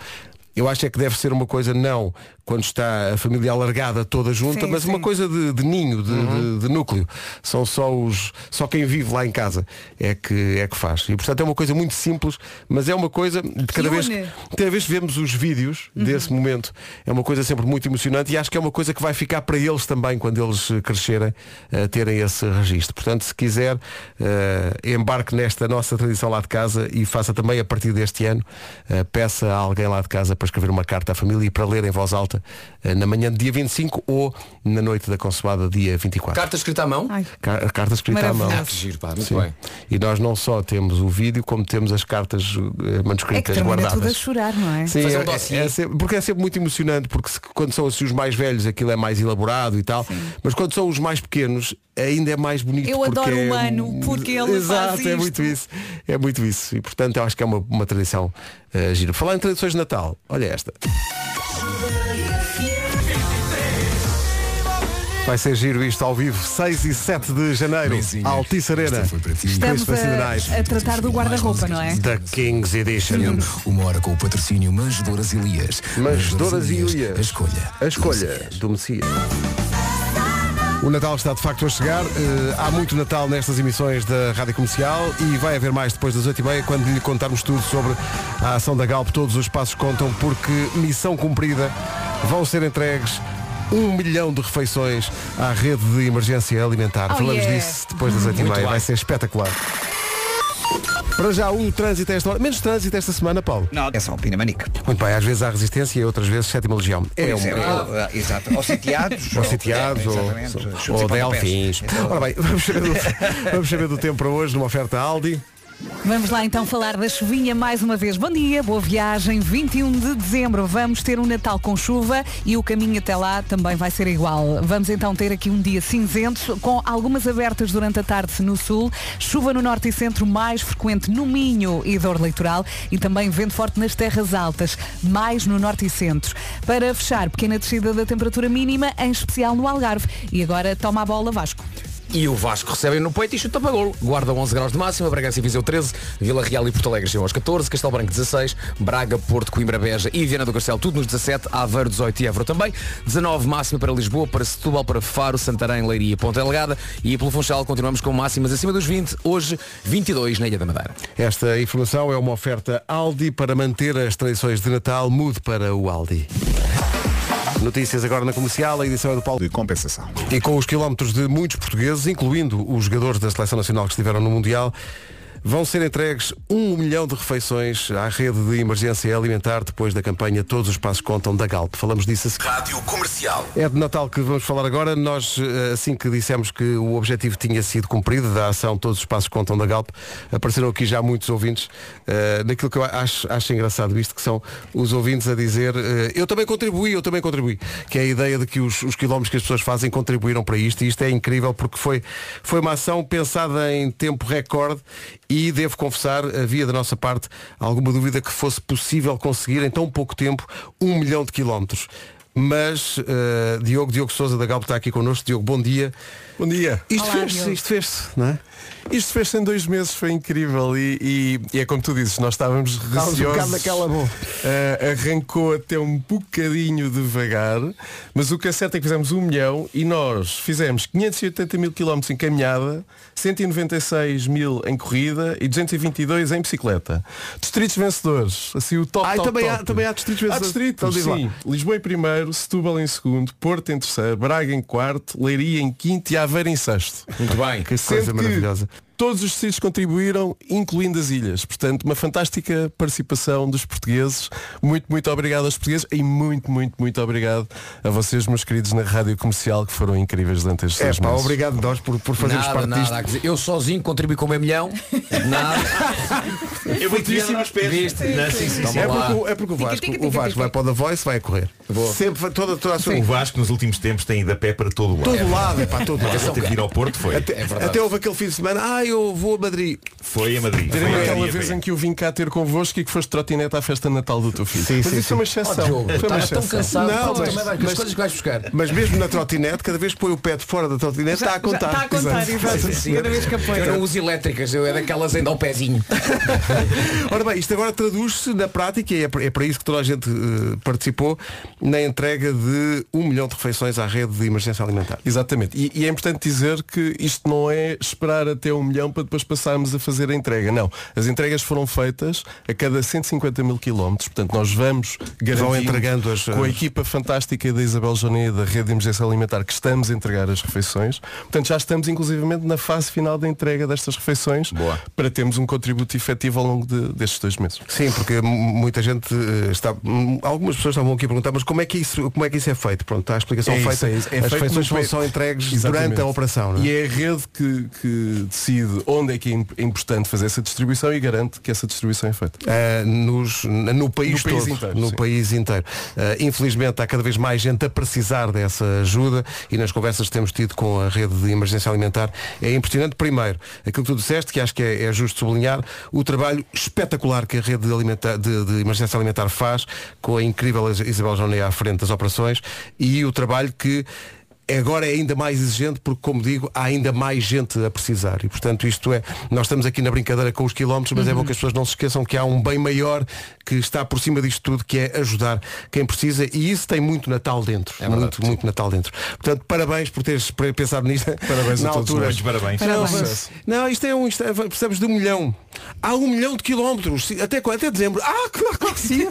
Speaker 2: Eu acho é que deve ser uma coisa não quando está a família alargada toda junta,
Speaker 4: Sim,
Speaker 2: mas
Speaker 4: sim. Uhum.
Speaker 2: uma coisa de, de ninho, de, de- de núcleo. São só os só quem vive lá em casa é que é que faz. E portanto é uma coisa muito simples, mas é uma coisa de cada vez
Speaker 4: une.
Speaker 2: cada vez que vemos os vídeos desse
Speaker 4: Uhum.
Speaker 2: momento é uma coisa sempre muito emocionante e acho que é uma coisa que vai ficar para eles também quando eles eh, crescerem eh, terem esse registro. Portanto, se quiser eh, embarque nesta nossa tradição lá de casa e faça também a partir deste ano eh, peça a alguém lá de casa para escrever uma carta à família e para ler em voz alta eh, na manhã de dia 25 ou na noite da consumada dia 24.
Speaker 8: Carta escrita à mão.
Speaker 4: Ai, é
Speaker 2: Car carta escrita à mão.
Speaker 4: Maravilhoso.
Speaker 8: Ah, que giro, pá, muito
Speaker 2: Sim.
Speaker 8: bem.
Speaker 2: E nós não só temos o vídeo, como temos as cartas eh,
Speaker 4: é
Speaker 2: manuscritas
Speaker 4: que termina
Speaker 2: guardadas.
Speaker 4: tudo a chorar, não é?
Speaker 2: Sim,
Speaker 8: Fazer um
Speaker 2: é-
Speaker 8: dossiê.
Speaker 2: é sempre- porque é sempre muito emocionante, porque se- quando são assim os mais velhos aquilo é mais elaborado e tal, mas quando são os mais pequenos ainda é mais bonito.
Speaker 4: Eu
Speaker 2: porque
Speaker 4: adoro
Speaker 2: é-
Speaker 4: o ano, porque ele faz
Speaker 2: Exato, é
Speaker 4: isto.
Speaker 2: muito isso. É muito isso. E portanto eu acho que é uma, uma tradição eh, gira. Falar em tradições de Natal, olha esta. Vai ser giro isto ao vivo, 6 e 7 de janeiro, Altice Arena.
Speaker 4: Estamos
Speaker 2: Christmas in the
Speaker 4: a,
Speaker 2: Night.
Speaker 4: a tratar do guarda-roupa, não é?
Speaker 2: The Kings Edition.
Speaker 7: Uma hora com o patrocínio Manjedoras e Lias.
Speaker 2: Manjedoras e Ilias.
Speaker 7: A escolha.
Speaker 2: A escolha do Messias. O Natal está de facto a chegar. Eh, há muito Natal nestas emissões da Rádio Comercial e vai haver mais depois das 8h30 quando lhe contarmos tudo sobre a ação da Galp. Todos os passos contam porque missão cumprida vão ser entregues um milhão de refeições à rede de emergência alimentar.
Speaker 4: Oh,
Speaker 2: Falamos
Speaker 4: yeah.
Speaker 2: disso depois das 8h30. Vai ser espetacular. Para já o trânsito a esta hora. Menos trânsito esta semana, Paulo.
Speaker 3: Não, é só o Pinamanique.
Speaker 2: Muito bem, às vezes há resistência e outras vezes sétima legião. É,
Speaker 3: Pois
Speaker 2: um,
Speaker 3: é, ah, exato. Ou sitiados.
Speaker 2: ou sitiados
Speaker 3: é,
Speaker 2: ou,
Speaker 3: exatamente, chutes e
Speaker 2: ou
Speaker 3: pontapés.
Speaker 2: delfins. Ora bem, vamos saber, do, vamos saber do tempo para hoje numa oferta Aldi.
Speaker 4: Vamos lá então falar da chuvinha mais uma vez. Bom dia, boa viagem. 21 de dezembro vamos ter um Natal com chuva e o caminho até lá também vai ser igual. Vamos então ter aqui um dia cinzento com algumas abertas durante a tarde no sul, chuva no norte e centro mais frequente no Minho e dor litoral e também vento forte nas terras altas, mais no norte e centro. Para fechar, pequena descida da temperatura mínima, em especial no Algarve. E agora toma a bola Vasco.
Speaker 8: E o Vasco recebe no peito e chuta para golo. Guarda 11 graus de máxima, Bragança e Viseu 13, Vila Real e Porto Alegre chegam aos 14, Castelo Branco 16, Braga, Porto, Coimbra, Beja e Viana do Castelo tudo nos 17, Aveiro 18 e Évora também, 19 máxima para Lisboa, para Setúbal, para Faro, Santarém, Leiria, e Ponta Delgada e pelo Funchal continuamos com máximas acima dos 20, hoje 22 na Ilha da Madeira.
Speaker 2: Esta informação é uma oferta Aldi para manter as tradições de Natal. Mude para o Aldi. Notícias agora na comercial, a edição é do Paulo.
Speaker 6: de compensação.
Speaker 2: E com os quilómetros de muitos portugueses, incluindo os jogadores da Seleção Nacional que estiveram no Mundial, vão ser entregues um milhão de refeições à rede de emergência alimentar depois da campanha Todos os Passos Contam da Galp. Falamos disso a seguir.
Speaker 7: Rádio Comercial.
Speaker 2: É de Natal que vamos falar agora. Nós, eh, assim que dissemos que o objetivo tinha sido cumprido, da ação Todos os Passos Contam da Galp, apareceram aqui já muitos ouvintes. eh, naquilo que eu acho, acho engraçado, visto que são os ouvintes a dizer eh, eu também contribuí, eu também contribuí. Que é a ideia de que os, os quilómetros que as pessoas fazem contribuíram para isto. E isto é incrível porque foi, foi uma ação pensada em tempo recorde e devo confessar, havia da nossa parte alguma dúvida que fosse possível conseguir em tão pouco tempo um milhão de quilómetros. Mas eh, Diogo, Diogo Souza da Galp está aqui connosco. Diogo, bom dia.
Speaker 9: Bom dia.
Speaker 2: Isto
Speaker 4: Olá,
Speaker 2: fez-se,
Speaker 4: Diogo.
Speaker 2: isto fez-se, não é?
Speaker 9: Isto fez-se em dois meses, foi incrível e, e- e é como tu dizes, nós estávamos
Speaker 2: Estávamos
Speaker 9: receosos.
Speaker 2: um bocado naquela boa.
Speaker 9: Ah, arrancou até um bocadinho devagar, mas o que é certo é que fizemos um milhão e nós fizemos 580 mil quilómetros em caminhada, 196 mil em corrida e 222 em bicicleta. Distritos vencedores, assim o top,
Speaker 2: Ah, e
Speaker 9: top,
Speaker 2: também
Speaker 9: top.
Speaker 2: há- também há distritos
Speaker 9: Há
Speaker 2: vencedores. Então
Speaker 9: distritos,
Speaker 2: diz lá.
Speaker 9: sim. Lisboa em primeiro, Setúbal em segundo, Porto em terceiro, Braga em quarto, Leiria em quinto e Aveiro em sexto.
Speaker 8: Muito bem.
Speaker 2: Que
Speaker 9: Sendo
Speaker 2: coisa
Speaker 9: que
Speaker 2: maravilhosa.
Speaker 9: Todos os distritos contribuíram, incluindo as ilhas. Portanto, uma fantástica participação dos portugueses. Muito, muito obrigado aos portugueses e muito, muito, muito obrigado a vocês, meus queridos, na rádio comercial, que foram incríveis durante estes
Speaker 2: É
Speaker 9: seis
Speaker 2: pá,
Speaker 9: meses.
Speaker 2: obrigado nós por, por fazermos
Speaker 8: Nada,
Speaker 2: parte disto.
Speaker 8: nada a dizer. Eu sozinho contribuí com meio milhão. Nada.
Speaker 5: Eu vou te aos pés.
Speaker 8: Viste? Toma
Speaker 2: É
Speaker 8: lá.
Speaker 2: porque, o- é porque o Vasco,
Speaker 4: tica, tica,
Speaker 2: o Vasco
Speaker 4: tica.
Speaker 2: vai para o The Voice, vai a correr. Sempre vai- toda, toda a sua.
Speaker 10: O Vasco nos últimos tempos tem ido a pé para todo o lado.
Speaker 2: Todo lado, é pá, todo lado.
Speaker 10: Ele teve de ir ao Porto, foi.
Speaker 2: Até,
Speaker 8: verdade.
Speaker 2: até houve aquele fim de semana, ah, eu vou a Madrid.
Speaker 10: Foi a Madrid. Foi
Speaker 9: Lembra
Speaker 10: a
Speaker 9: aquela
Speaker 10: Madrid,
Speaker 9: vez
Speaker 10: foi.
Speaker 9: em que eu vim cá ter convosco e que foste trotinete à festa de Natal do teu filho.
Speaker 2: Sim,
Speaker 9: Mas
Speaker 2: sim,
Speaker 9: isso
Speaker 2: sim.
Speaker 9: é uma exceção.
Speaker 8: Oh, Diogo,
Speaker 4: tá
Speaker 9: Foi uma
Speaker 8: estás tão
Speaker 9: exceção.
Speaker 8: cansado.
Speaker 2: Não,
Speaker 8: Fala
Speaker 2: mas-
Speaker 8: também, vai, que as coisas que vais buscar.
Speaker 2: Mas mesmo na trotinete, cada vez que põe o pé de fora da trotinete, está a contar.
Speaker 4: Está a contar,
Speaker 2: Exato.
Speaker 4: exato.
Speaker 8: Sim.
Speaker 4: Cada vez que apoio.
Speaker 8: Eu não uso elétricas, eu é daquelas ainda ao pezinho.
Speaker 2: Ora bem, isto agora traduz-se na prática, e é para é para isso que toda a gente eh, participou, na entrega de um milhão de refeições à rede de emergência alimentar.
Speaker 9: Exatamente. E, e é importante dizer que isto não é esperar até um milhão para depois passarmos a fazer a entrega. Não. As entregas foram feitas a cada 150 mil quilómetros. Portanto, nós vamos
Speaker 2: Vão
Speaker 9: garantindo
Speaker 2: entregando as-
Speaker 9: com a equipa fantástica da Isabel Joné da Rede de Emergência Alimentar que estamos a entregar as refeições. Portanto, já estamos inclusivamente na fase final da entrega destas refeições para termos um contributo efetivo ao longo de- destes dois meses.
Speaker 2: Sim, porque m- muita gente eh, está. m- Algumas pessoas estavam aqui a perguntar, mas como é que isso, como é que isso é feito? Pronto, está a explicação
Speaker 9: É isso,
Speaker 2: feita.
Speaker 9: é isso. É
Speaker 2: As
Speaker 9: feito
Speaker 2: refeições
Speaker 9: no
Speaker 2: são,
Speaker 9: pe-
Speaker 2: são entregues
Speaker 9: Exatamente.
Speaker 2: durante a operação, não é?
Speaker 9: E é a rede que, que decide onde é que é im- é importante fazer essa distribuição e garante que essa distribuição é feita.
Speaker 2: Ah, nos- n- no país
Speaker 9: No país
Speaker 2: todo,
Speaker 9: inteiro,
Speaker 2: no
Speaker 9: sim.
Speaker 2: país inteiro. Ah, infelizmente há cada vez mais gente a precisar dessa ajuda e nas conversas que temos tido com a rede de emergência alimentar é impressionante. Primeiro, aquilo que tu disseste, que acho que é, é justo sublinhar, o trabalho espetacular que a rede de, alimenta- de- de emergência alimentar faz com a incrível Is- Isabel Joné à frente das operações e o trabalho que agora é ainda mais exigente porque, como digo, há ainda mais gente a precisar. E, portanto, isto é, nós estamos aqui na brincadeira com os quilómetros, mas é bom que as pessoas não se esqueçam que há um bem maior que está por cima disto tudo, que é ajudar quem precisa. E isso tem muito Natal dentro.
Speaker 9: É
Speaker 2: muito, muito Natal dentro. Portanto, parabéns por teres pre- pensado nisto.
Speaker 9: Parabéns
Speaker 2: na
Speaker 9: a todos
Speaker 2: altura.
Speaker 9: nós.
Speaker 10: Parabéns.
Speaker 2: Não,
Speaker 4: Parabéns.
Speaker 2: mas- não, isto é um. Isto é, precisamos de um milhão. Há um milhão de quilómetros. Sim, Até, quando? até dezembro. Ah, claro, claro. democracia.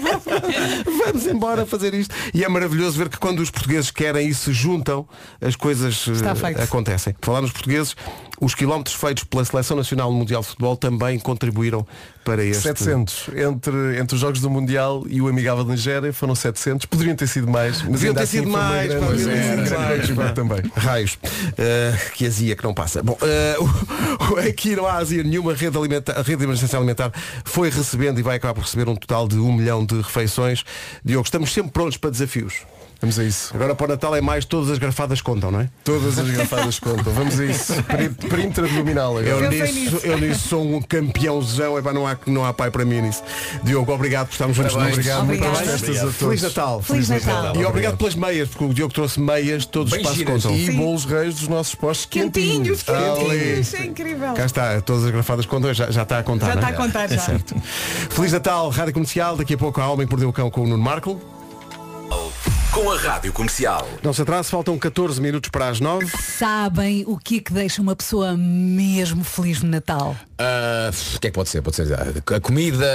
Speaker 2: Vamos embora fazer isto. E é maravilhoso ver que quando os portugueses querem e se juntam, as coisas eh,
Speaker 4: Está feito.
Speaker 2: acontecem. Falar nos portugueses, os quilómetros feitos pela Seleção Nacional no Mundial de Futebol também contribuíram para este...
Speaker 9: 700 entre, entre os jogos do Mundial e o Amigável da Nigéria foram 700 poderiam ter sido mais mas
Speaker 2: Deviam
Speaker 9: ainda
Speaker 2: ter
Speaker 9: assim
Speaker 2: sido
Speaker 9: foi uma
Speaker 2: mais, pá,
Speaker 9: grande-
Speaker 2: deviam ter
Speaker 9: Pois é,
Speaker 2: sido
Speaker 9: grande
Speaker 2: mais.
Speaker 9: jogada também
Speaker 2: Raios. Uh, que azia que não passa. Bom, uh, aqui não há azia nenhuma. A rede, alimenta- a rede de emergência alimentar foi recebendo e vai acabar por receber um total de um milhão de refeições. Diogo, estamos sempre prontos para desafios.
Speaker 9: vamos a isso
Speaker 2: Agora para o Natal é mais, todas as garfadas contam, não é?
Speaker 9: todas as garfadas contam vamos a isso Peri- perímetro abdominal
Speaker 10: É
Speaker 9: agora
Speaker 2: Eu
Speaker 4: Pensei
Speaker 2: nisso, eu nisso sou um campeãozão, epá, não, há, não há pai para mim nisso. Diogo, obrigado por estarmos juntos.
Speaker 9: Parabéns.
Speaker 2: nisto.
Speaker 9: Obrigado.
Speaker 4: Obrigada.
Speaker 2: Muitas festas a todos. Feliz Natal.
Speaker 4: Feliz Natal.
Speaker 2: E obrigado pelas meias, porque o Diogo trouxe meias, todos os
Speaker 9: Bem
Speaker 2: passos
Speaker 9: giras.
Speaker 2: contam.
Speaker 9: e bolos reis dos nossos postos
Speaker 4: Quentinhos,
Speaker 9: quentinhos
Speaker 4: quentinhos, é incrível.
Speaker 2: Cá está, todas as grafadas contam, já, já está a contar.
Speaker 4: Já
Speaker 2: não é?
Speaker 4: está a contar já.
Speaker 2: Feliz Natal, Rádio Comercial. Daqui a pouco a Alma que Perdeu o Cão com o Nuno Marco.
Speaker 7: Com a Rádio Comercial.
Speaker 2: Não se atrase, faltam 14 minutos para as 9.
Speaker 4: Sabem o que é que deixa uma pessoa mesmo feliz no Natal?
Speaker 8: Ah, o que é que pode ser? Pode ser ah, a comida,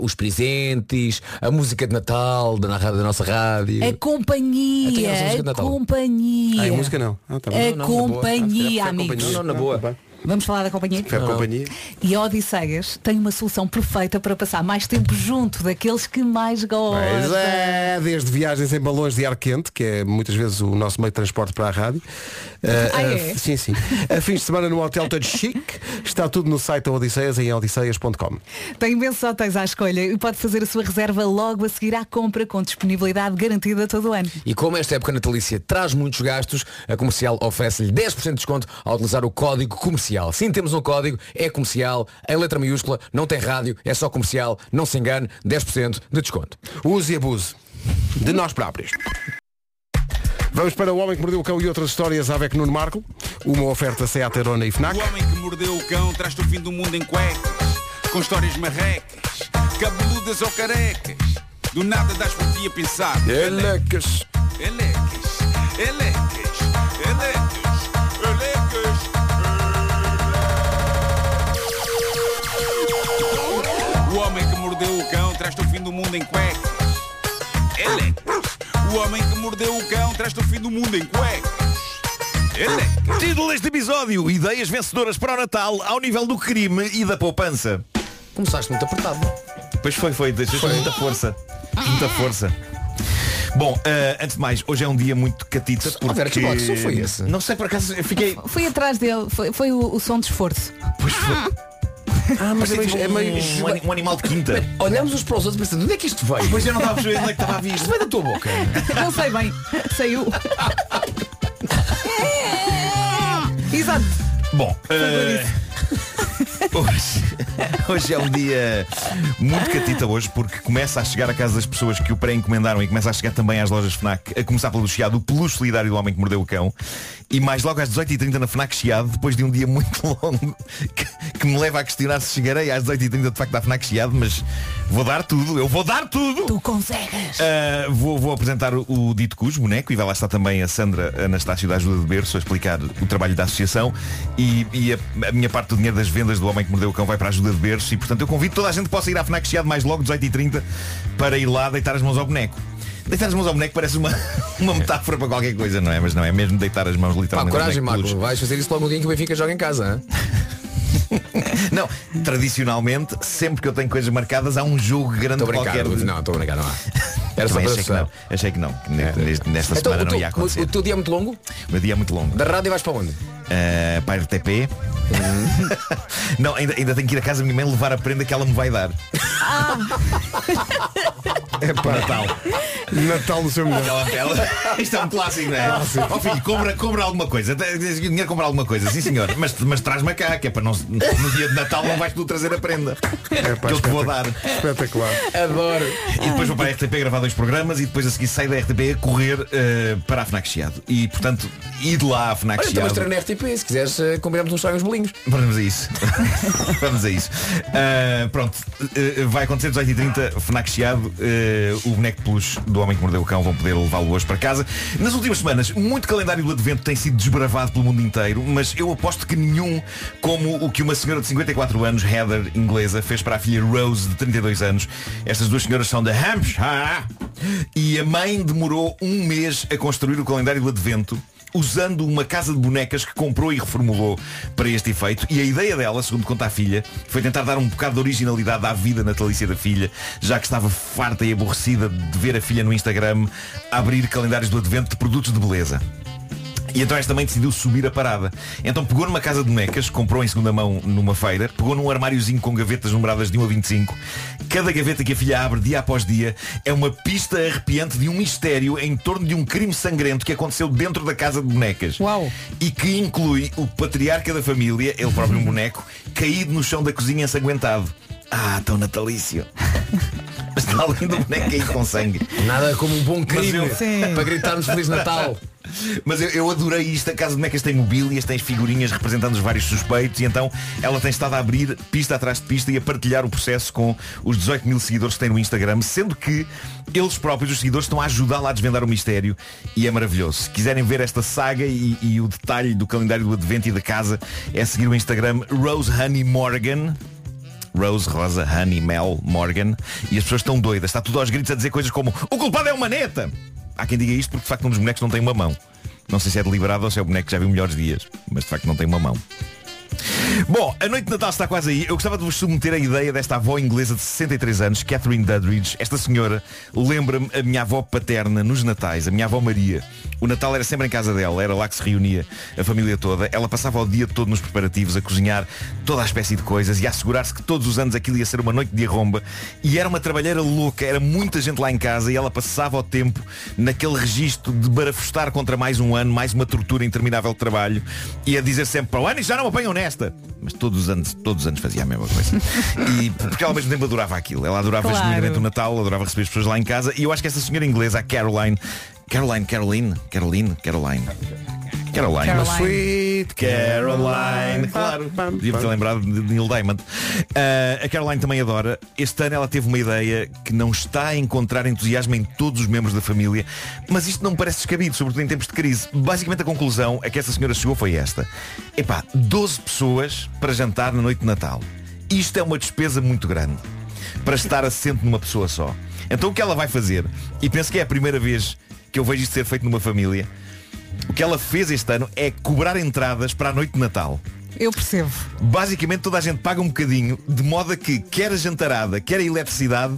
Speaker 8: os presentes, a música de Natal da, na rádio- da nossa rádio.
Speaker 4: A
Speaker 8: Então,
Speaker 4: companhia,
Speaker 8: e a música de
Speaker 4: a
Speaker 8: Natal?
Speaker 4: companhia.
Speaker 2: Ah, a música não. Ah, tá bem.
Speaker 4: a companhia, amigos.
Speaker 8: Não, não, na boa.
Speaker 4: Vamos falar da companhia?
Speaker 2: Fé companhia.
Speaker 4: E a Odisseias tem uma solução perfeita para passar mais tempo junto daqueles que mais gostam.
Speaker 2: Pois é, desde viagens em balões de ar quente, que é muitas vezes o nosso meio de transporte para a rádio.
Speaker 4: Ah,
Speaker 2: a-
Speaker 4: é?
Speaker 2: Sim, sim. A fins de semana no hotel todo chique. Está tudo no site da Odisseias em odisseias.com.
Speaker 4: Tem imensos hotéis à escolha e pode fazer a sua reserva logo a seguir à compra com disponibilidade garantida todo o ano.
Speaker 8: E como esta época natalícia traz muitos gastos, a comercial oferece-lhe 10% de desconto ao utilizar o código comercial. Sim, temos um código, é comercial, em letra maiúscula, não tem rádio, é só comercial, não se engane, 10% de desconto.
Speaker 2: Use e abuse. De nós próprios. Vamos para O Homem que Mordeu o Cão e outras histórias à Avec Nuno Marco. Uma oferta Seat Arona e Fnac.
Speaker 5: O homem que mordeu o cão traz-te o fim do mundo em cuecas, com histórias marrecas, cabeludas ou carecas. Do nada das por ti a pensar.
Speaker 2: Elecas.
Speaker 5: Elecas, elecas, elecas, elecas. O homem que mordeu o cão traz-te o fim do mundo em cuecas. Elecas.
Speaker 3: é
Speaker 5: O homem que mordeu o cão traz-te o fim do mundo em cuecas. Elecas.
Speaker 10: Título deste episódio, ideias vencedoras para o Natal ao nível do crime e da poupança.
Speaker 8: Começaste muito apertado. é?
Speaker 10: Pois foi, foi, deixaste muita força. Muita força. Bom, eh, antes de mais, hoje é um dia muito catita porque...
Speaker 8: Ah, Vera, que bloco de som foi esse?
Speaker 10: Não sei, por acaso, eu fiquei...
Speaker 4: Fui atrás dele, foi, foi o, o som de esforço.
Speaker 10: Pois foi. Ah, mas é meio, um, ani- um animal de quinta.
Speaker 8: Olhamos uns para os outros pensando, onde é que isto veio?
Speaker 10: Pois eu não estava a perceber onde é que estava a vir.
Speaker 8: Isto vem da tua boca.
Speaker 4: Não sei bem, saiu. Exato.
Speaker 10: Bom, eh, hoje, hoje é um dia muito catita hoje porque começa a chegar à casa das pessoas que o pré-encomendaram e começa a chegar também às lojas FNAC, a começar pelo Chiado, o peluche solidário do homem que mordeu o cão. E mais logo às 18h30 na FNAC Chiado, depois de um dia muito longo, que, que me leva a questionar se chegarei às 18h30 de facto à FNAC Chiado, mas vou dar tudo, eu vou dar tudo!
Speaker 4: Tu consegues.
Speaker 10: Uh, vou, vou apresentar o, o Dito Cus, boneco, e vai lá estar também a Sandra Anastácio da Ajuda de Berço a explicar o trabalho da associação e, e a, a minha parte do dinheiro das vendas do Homem que Mordeu o Cão vai para a Ajuda de Berço e portanto eu convido toda a gente que possa ir à FNAC Chiado mais logo 18h30 para ir lá deitar as mãos ao boneco. Deitar as mãos ao boneco parece uma, uma metáfora para qualquer coisa, não é? Mas não é mesmo deitar as mãos
Speaker 8: Pá,
Speaker 10: literalmente. ao
Speaker 8: coragem,
Speaker 10: boneco de
Speaker 8: Marco.
Speaker 10: peluche.
Speaker 8: Vais fazer isso logo no dia em que o Benfica joga em casa. hã?
Speaker 10: Não, tradicionalmente, sempre que eu tenho coisas marcadas, há um jogo grande
Speaker 8: Estou a brincar.
Speaker 10: qualquer.
Speaker 8: Não, estou a brincar, não há. Era só para
Speaker 10: Também achei que
Speaker 8: assustar.
Speaker 10: não. Achei que não. que neste- Nesta
Speaker 8: Então,
Speaker 10: semana
Speaker 8: o,
Speaker 10: não ia
Speaker 8: teu,
Speaker 10: acontecer.
Speaker 8: o teu dia é muito longo?
Speaker 10: O meu dia é muito longo.
Speaker 8: Da rádio vais para onde?
Speaker 10: Uh, para a RTP.
Speaker 8: Hum.
Speaker 10: não, ainda, ainda tenho que ir à casa da minha mãe levar a prenda que ela me vai dar.
Speaker 8: Ah.
Speaker 2: É para Natal. Natal no seu melhor.
Speaker 10: Ela, ela, isto é um clássico, não é? Ó filho, compra, compra alguma coisa. Tens Dinheiro compra alguma coisa, sim senhor. Mas, mas traz-me cá, que é para não. se- No dia de Natal não vais tu trazer a prenda.
Speaker 8: É
Speaker 10: que eu te vou dar.
Speaker 2: Espetacular.
Speaker 8: Adoro.
Speaker 10: E depois vou para a RTP gravar dois programas e depois a seguir saio da RTP a correr uh, para a FNAC Chiado. E portanto, ir de lá à FNAC
Speaker 8: Olha, então, estamos
Speaker 10: Chiado.
Speaker 8: a na RTP, se quiseres eh, combinamos uns sonhos bolinhos.
Speaker 10: Vamos a isso. Vamos a isso. Ah, pronto, Ah, vai acontecer 18h30, FNAC Chiado. Ah, eh, o boneco de peluche do Homem que Mordeu o Cão vão poder levá-lo hoje para casa. Nas últimas semanas, muito calendário do Advento tem sido desbravado pelo mundo inteiro, mas eu aposto que nenhum como o que uma senhora de 54 anos, Heather, inglesa, fez para a filha Rose, de 32 anos. Estas duas senhoras são da Hampshire e a mãe demorou um mês a construir o calendário do Advento usando uma casa de bonecas que comprou e reformulou para este efeito. E a ideia dela, segundo conta a filha, foi tentar dar um bocado de originalidade à vida natalícia da filha, já que estava farta e aborrecida de ver a filha no Instagram abrir calendários do advento de produtos de beleza. E então esta mãe decidiu subir a parada. Então pegou numa casa de bonecas, comprou em segunda mão numa feira, pegou num armáriozinho com gavetas numeradas de 1 a 25. Cada gaveta que a filha abre dia após dia é uma pista arrepiante de um mistério em torno de um crime sangrento que aconteceu dentro da casa de bonecas. Uau! E que inclui o patriarca da família, ele próprio um boneco, caído no chão da cozinha ensanguentado. Ah, tão natalício. Mas está além do boneco caído com sangue.
Speaker 8: Nada como um bom crime
Speaker 10: Mas eu-
Speaker 8: para gritarmos Feliz Natal.
Speaker 10: Mas eu, eu adorei isto, a casa de bonecas tem mobílias, tem figurinhas representando os vários suspeitos e então ela tem estado a abrir pista atrás de pista e a partilhar o processo com os 18 mil seguidores que tem no Instagram, sendo que eles próprios, os seguidores, estão a ajudá-la a desvendar o mistério e é maravilhoso. Se quiserem ver esta saga e, e o detalhe do calendário do advento e da casa, é seguir o Instagram Rose Honey Morgan. Rose, Rosa, Honey, Mel, Morgan E as pessoas estão doidas, está tudo aos gritos a dizer coisas como O culpado é o Maneta! Há quem diga isto porque de facto um dos bonecos não tem uma mão Não sei se é deliberado ou se é o boneco que já viu melhores dias Mas de facto não tem uma mão Bom, a noite de Natal está quase aí. Eu gostava de vos submeter a ideia desta avó inglesa de 63 anos, Catherine Dudridge. Esta senhora lembra-me a minha avó paterna nos Natais, a minha avó Maria. O Natal era sempre em casa dela, era lá que se reunia a família toda. Ela passava o dia todo nos preparativos, a cozinhar toda a espécie de coisas e a assegurar-se que todos os anos aquilo ia ser uma noite de arromba. E era uma trabalheira louca, era muita gente lá em casa e ela passava o tempo naquele registro de barafustar contra mais um ano, mais uma tortura interminável de trabalho e a dizer sempre para o ano e já não apanham nesta. Mas todos os anos, todos os anos fazia a mesma coisa. E porque ela ao mesmo tempo adorava aquilo. Ela adorava
Speaker 11: Claro.
Speaker 10: genuinamente o Natal, adorava receber as pessoas lá em casa. E eu acho que essa senhora inglesa, a Caroline, Caroline, Caroline, Caroline, Caroline. Caroline.
Speaker 11: Caroline.
Speaker 10: Sweet Caroline. Claro. Devia ter lembrado de Neil Diamond. Ah, a Caroline também adora. Este ano ela teve uma ideia que não está a encontrar entusiasmo em todos os membros da família, mas isto não me parece descabido, sobretudo em tempos de crise. Basicamente a conclusão a que essa senhora chegou foi esta. Epá, 12 pessoas para jantar na noite de Natal. Isto é uma despesa muito grande para estar assente numa pessoa só. Então o que ela vai fazer? E penso que é a primeira vez que eu vejo isto ser feito numa família. O que ela fez este ano é cobrar entradas para a noite de Natal.
Speaker 4: Eu percebo.
Speaker 10: Basicamente toda a gente paga um bocadinho, de modo a que quer a jantarada, quer a eletricidade,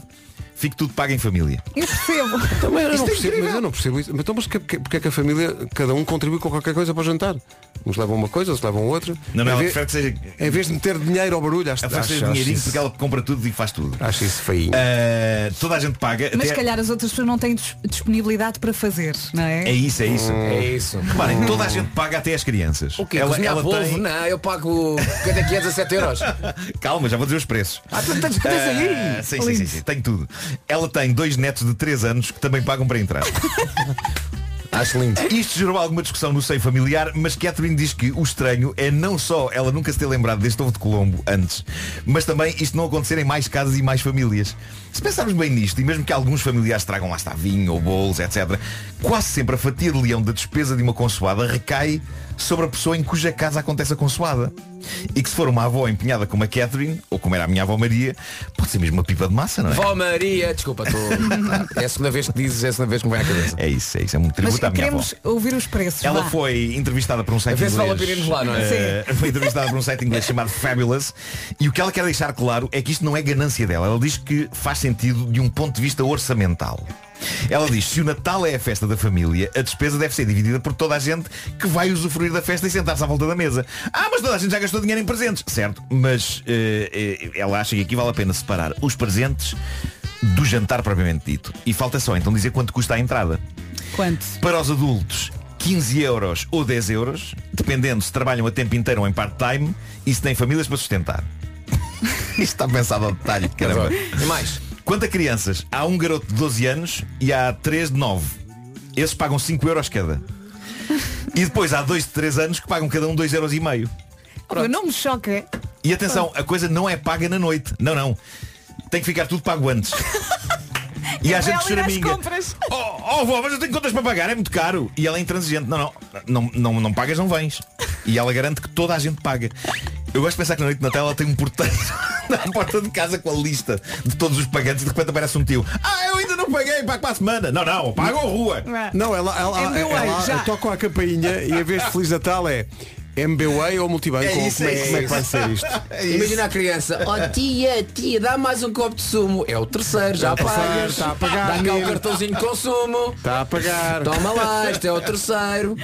Speaker 10: fique tudo pago em família.
Speaker 4: Eu percebo.
Speaker 2: Também eu
Speaker 10: Isto
Speaker 2: não
Speaker 10: é
Speaker 2: percebo,
Speaker 10: incrível.
Speaker 2: mas eu não percebo isso. Mas Então, mas que- que- porque é que a família, cada um contribui com qualquer coisa para o jantar? Uns levam uma coisa, outros levam outra.
Speaker 10: Não, não,
Speaker 2: Em
Speaker 10: ela
Speaker 2: vez-
Speaker 10: prefere que seja.
Speaker 2: Em vez de meter dinheiro ao barulho, acho,
Speaker 10: Ela prefere
Speaker 2: acho, acho,
Speaker 10: que seja dinheirinho
Speaker 2: isso-
Speaker 10: porque ela compra tudo e faz tudo.
Speaker 2: acho isso feinho.
Speaker 10: Ah, toda a gente paga.
Speaker 4: Mas
Speaker 10: até-
Speaker 4: se calhar as outras pessoas não têm dis- disponibilidade para fazer, não é?
Speaker 10: É isso, é isso.
Speaker 4: Hum.
Speaker 10: Reparem, toda a gente paga até as crianças.
Speaker 8: O quê? Cozinhar polvo? Não, eu pago quanto é que é 17 euros.
Speaker 10: Calma, já vou dizer os preços.
Speaker 8: Ah, tu tens- tens aí?
Speaker 10: Ah, sim, sim, sim,
Speaker 8: Lindo.
Speaker 10: sim, tenho tudo. Ela tem dois netos de 3 anos que também pagam para entrar.
Speaker 8: Acho lindo.
Speaker 10: Isto gerou alguma discussão no seio familiar, mas Catherine diz que o estranho é não só ela nunca se ter lembrado deste ovo de Colombo antes, mas também isto não acontecer em mais casas e mais famílias. Se pensarmos bem nisto, e mesmo que alguns familiares tragam lá está vinho ou bolos, etc., quase sempre a fatia de leão da despesa de uma consoada recai sobre a pessoa em cuja casa acontece a consoada. E que se for uma avó empenhada como a Catherine, ou como era a minha avó Maria, pode ser mesmo uma pipa de massa, não é?
Speaker 8: Vó Maria, desculpa, tô... é a segunda vez que dizes, é a segunda vez que me vem à cabeça.
Speaker 10: É isso, é isso, é muito
Speaker 4: Mas
Speaker 10: tributo à minha
Speaker 4: queremos
Speaker 10: avó.
Speaker 4: ouvir os preços.
Speaker 10: Ela
Speaker 4: vá.
Speaker 10: foi entrevistada por um site
Speaker 8: A ver
Speaker 10: inglês.
Speaker 8: se vale a pena irmos lá, não é?
Speaker 10: eh, foi entrevistada por um site inglês chamado Fabulous. E o que ela quer deixar claro é que isto não é ganância dela. Ela diz que faz sentido de um ponto de vista orçamental. Ela diz, se o Natal é a festa da família, a despesa deve ser dividida por toda a gente que vai usufruir da festa e sentar-se à volta da mesa. Ah, mas toda a gente já gastou dinheiro em presentes. Certo, mas eh, eh, ela acha que aqui vale a pena separar os presentes do jantar propriamente dito. E falta só então dizer quanto custa a entrada.
Speaker 4: Quanto?
Speaker 10: Para os adultos, 15 euros ou 10 euros, dependendo se trabalham a tempo inteiro ou em part-time e se têm famílias para sustentar. Isto está pensado ao detalhe, caramba. E mais? Quanto a crianças, há um garoto de 12 anos e há 3 de 9. Esses pagam 5 euros cada. E depois há dois de 3 anos que pagam cada um 2 euros e meio.
Speaker 4: Pá, Não me choca.
Speaker 10: E atenção, a coisa não é paga na noite. Não, não. Tem que ficar tudo pago antes. E há
Speaker 11: Eu
Speaker 10: gente
Speaker 11: vou
Speaker 10: que
Speaker 11: ali às
Speaker 10: choraminga.
Speaker 11: compras.
Speaker 10: Oh, oh vó, mas eu tenho contas para pagar, é muito caro. E ela é intransigente. Não, não, não, não, não pagas, não vens. E ela garante que toda a gente paga. Eu gosto de pensar que na noite de Natal ela tem um porteiro na porta de casa com a lista de todos os pagantes e de repente aparece um tio. Ah, eu ainda não paguei, pago para a semana. Não, não, pago a rua.
Speaker 2: Não, ela, ela, ela toca a campainha e a vez de Feliz Natal é MBWay ou multibanco?
Speaker 12: É
Speaker 2: ou
Speaker 12: isso,
Speaker 2: como, é,
Speaker 12: é
Speaker 2: como é que
Speaker 12: isso.
Speaker 2: vai ser isto?
Speaker 12: Imagina a criança, oh tia, tia, dá mais um copo de sumo. É o terceiro, já
Speaker 2: É o terceiro,
Speaker 12: pagas.
Speaker 2: está a pagar,
Speaker 12: Dá cá o
Speaker 2: menino.
Speaker 12: cartãozinho de consumo.
Speaker 9: Tá.
Speaker 2: Está a pagar.
Speaker 12: Toma lá, este é o terceiro.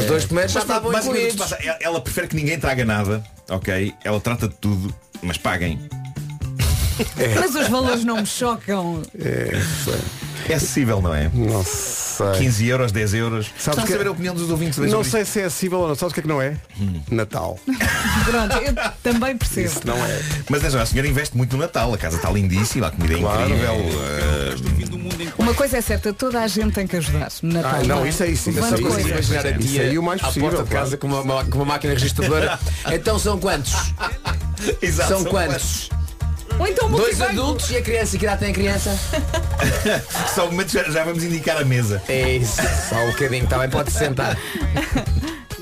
Speaker 12: Os dois primeiros já
Speaker 10: Mas pronto,
Speaker 12: estavam
Speaker 10: basicamente o que se
Speaker 12: incluídos.
Speaker 10: passa, ela- Ela prefere que ninguém traga nada, ok? Ela trata de tudo, mas paguem.
Speaker 4: É. Mas os valores não me chocam.
Speaker 10: É, acessível, não é?
Speaker 2: Não sei.
Speaker 10: 15 euros, 10 euros. Sabes
Speaker 2: que-
Speaker 10: saber a opinião dos ouvintes sobre
Speaker 2: Não
Speaker 10: isto?
Speaker 2: sei se é acessível ou não. Sabes o que é que não é? Natal.
Speaker 4: Pronto, eu também percebo.
Speaker 2: não é.
Speaker 10: Mas atenção, a senhora investe muito no Natal. A casa está lindíssima, a comida é incrível.
Speaker 4: Uma coisa é certa, toda a gente tem que ajudar no Natal.
Speaker 12: Ah,
Speaker 4: não é? Uma
Speaker 12: Só consigo
Speaker 4: coisa.
Speaker 12: imaginar a
Speaker 2: Isso
Speaker 12: tia
Speaker 2: aí o mais
Speaker 12: à
Speaker 2: possível,
Speaker 12: porta de casa com uma, ma- com uma máquina registradora. então são quantos?
Speaker 10: Exato,
Speaker 12: são,
Speaker 10: são
Speaker 12: quantos?
Speaker 4: Ou então
Speaker 12: Dois
Speaker 4: multibanco.
Speaker 12: adultos e a criança. Que idade tem a criança?
Speaker 10: Ah, Só um momento já, já vamos indicar a mesa.
Speaker 12: É isso. Só um bocadinho, também pode sentar.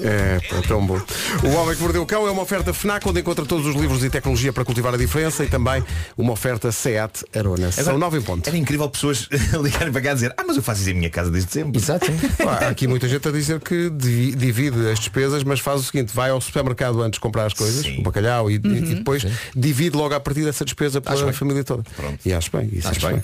Speaker 2: É, pá, tão bom. O Homem que Mordeu o Cão é uma oferta FNAC onde encontra todos os livros e tecnologia para cultivar a diferença e também uma oferta SEAT Arona. São
Speaker 10: Agora,
Speaker 2: nove em ponto.
Speaker 10: Era incrível pessoas ligarem para cá e dizer Ah, mas eu faço isso em minha casa desde sempre.
Speaker 2: É
Speaker 12: Exato.
Speaker 2: Há aqui muita gente a dizer que divi- divide as despesas, mas faz o seguinte, vai ao supermercado antes de comprar as coisas, o bacalhau, e, e- e depois divide logo a partir dessa despesa pela família toda. E acho bem, isso acho, bem.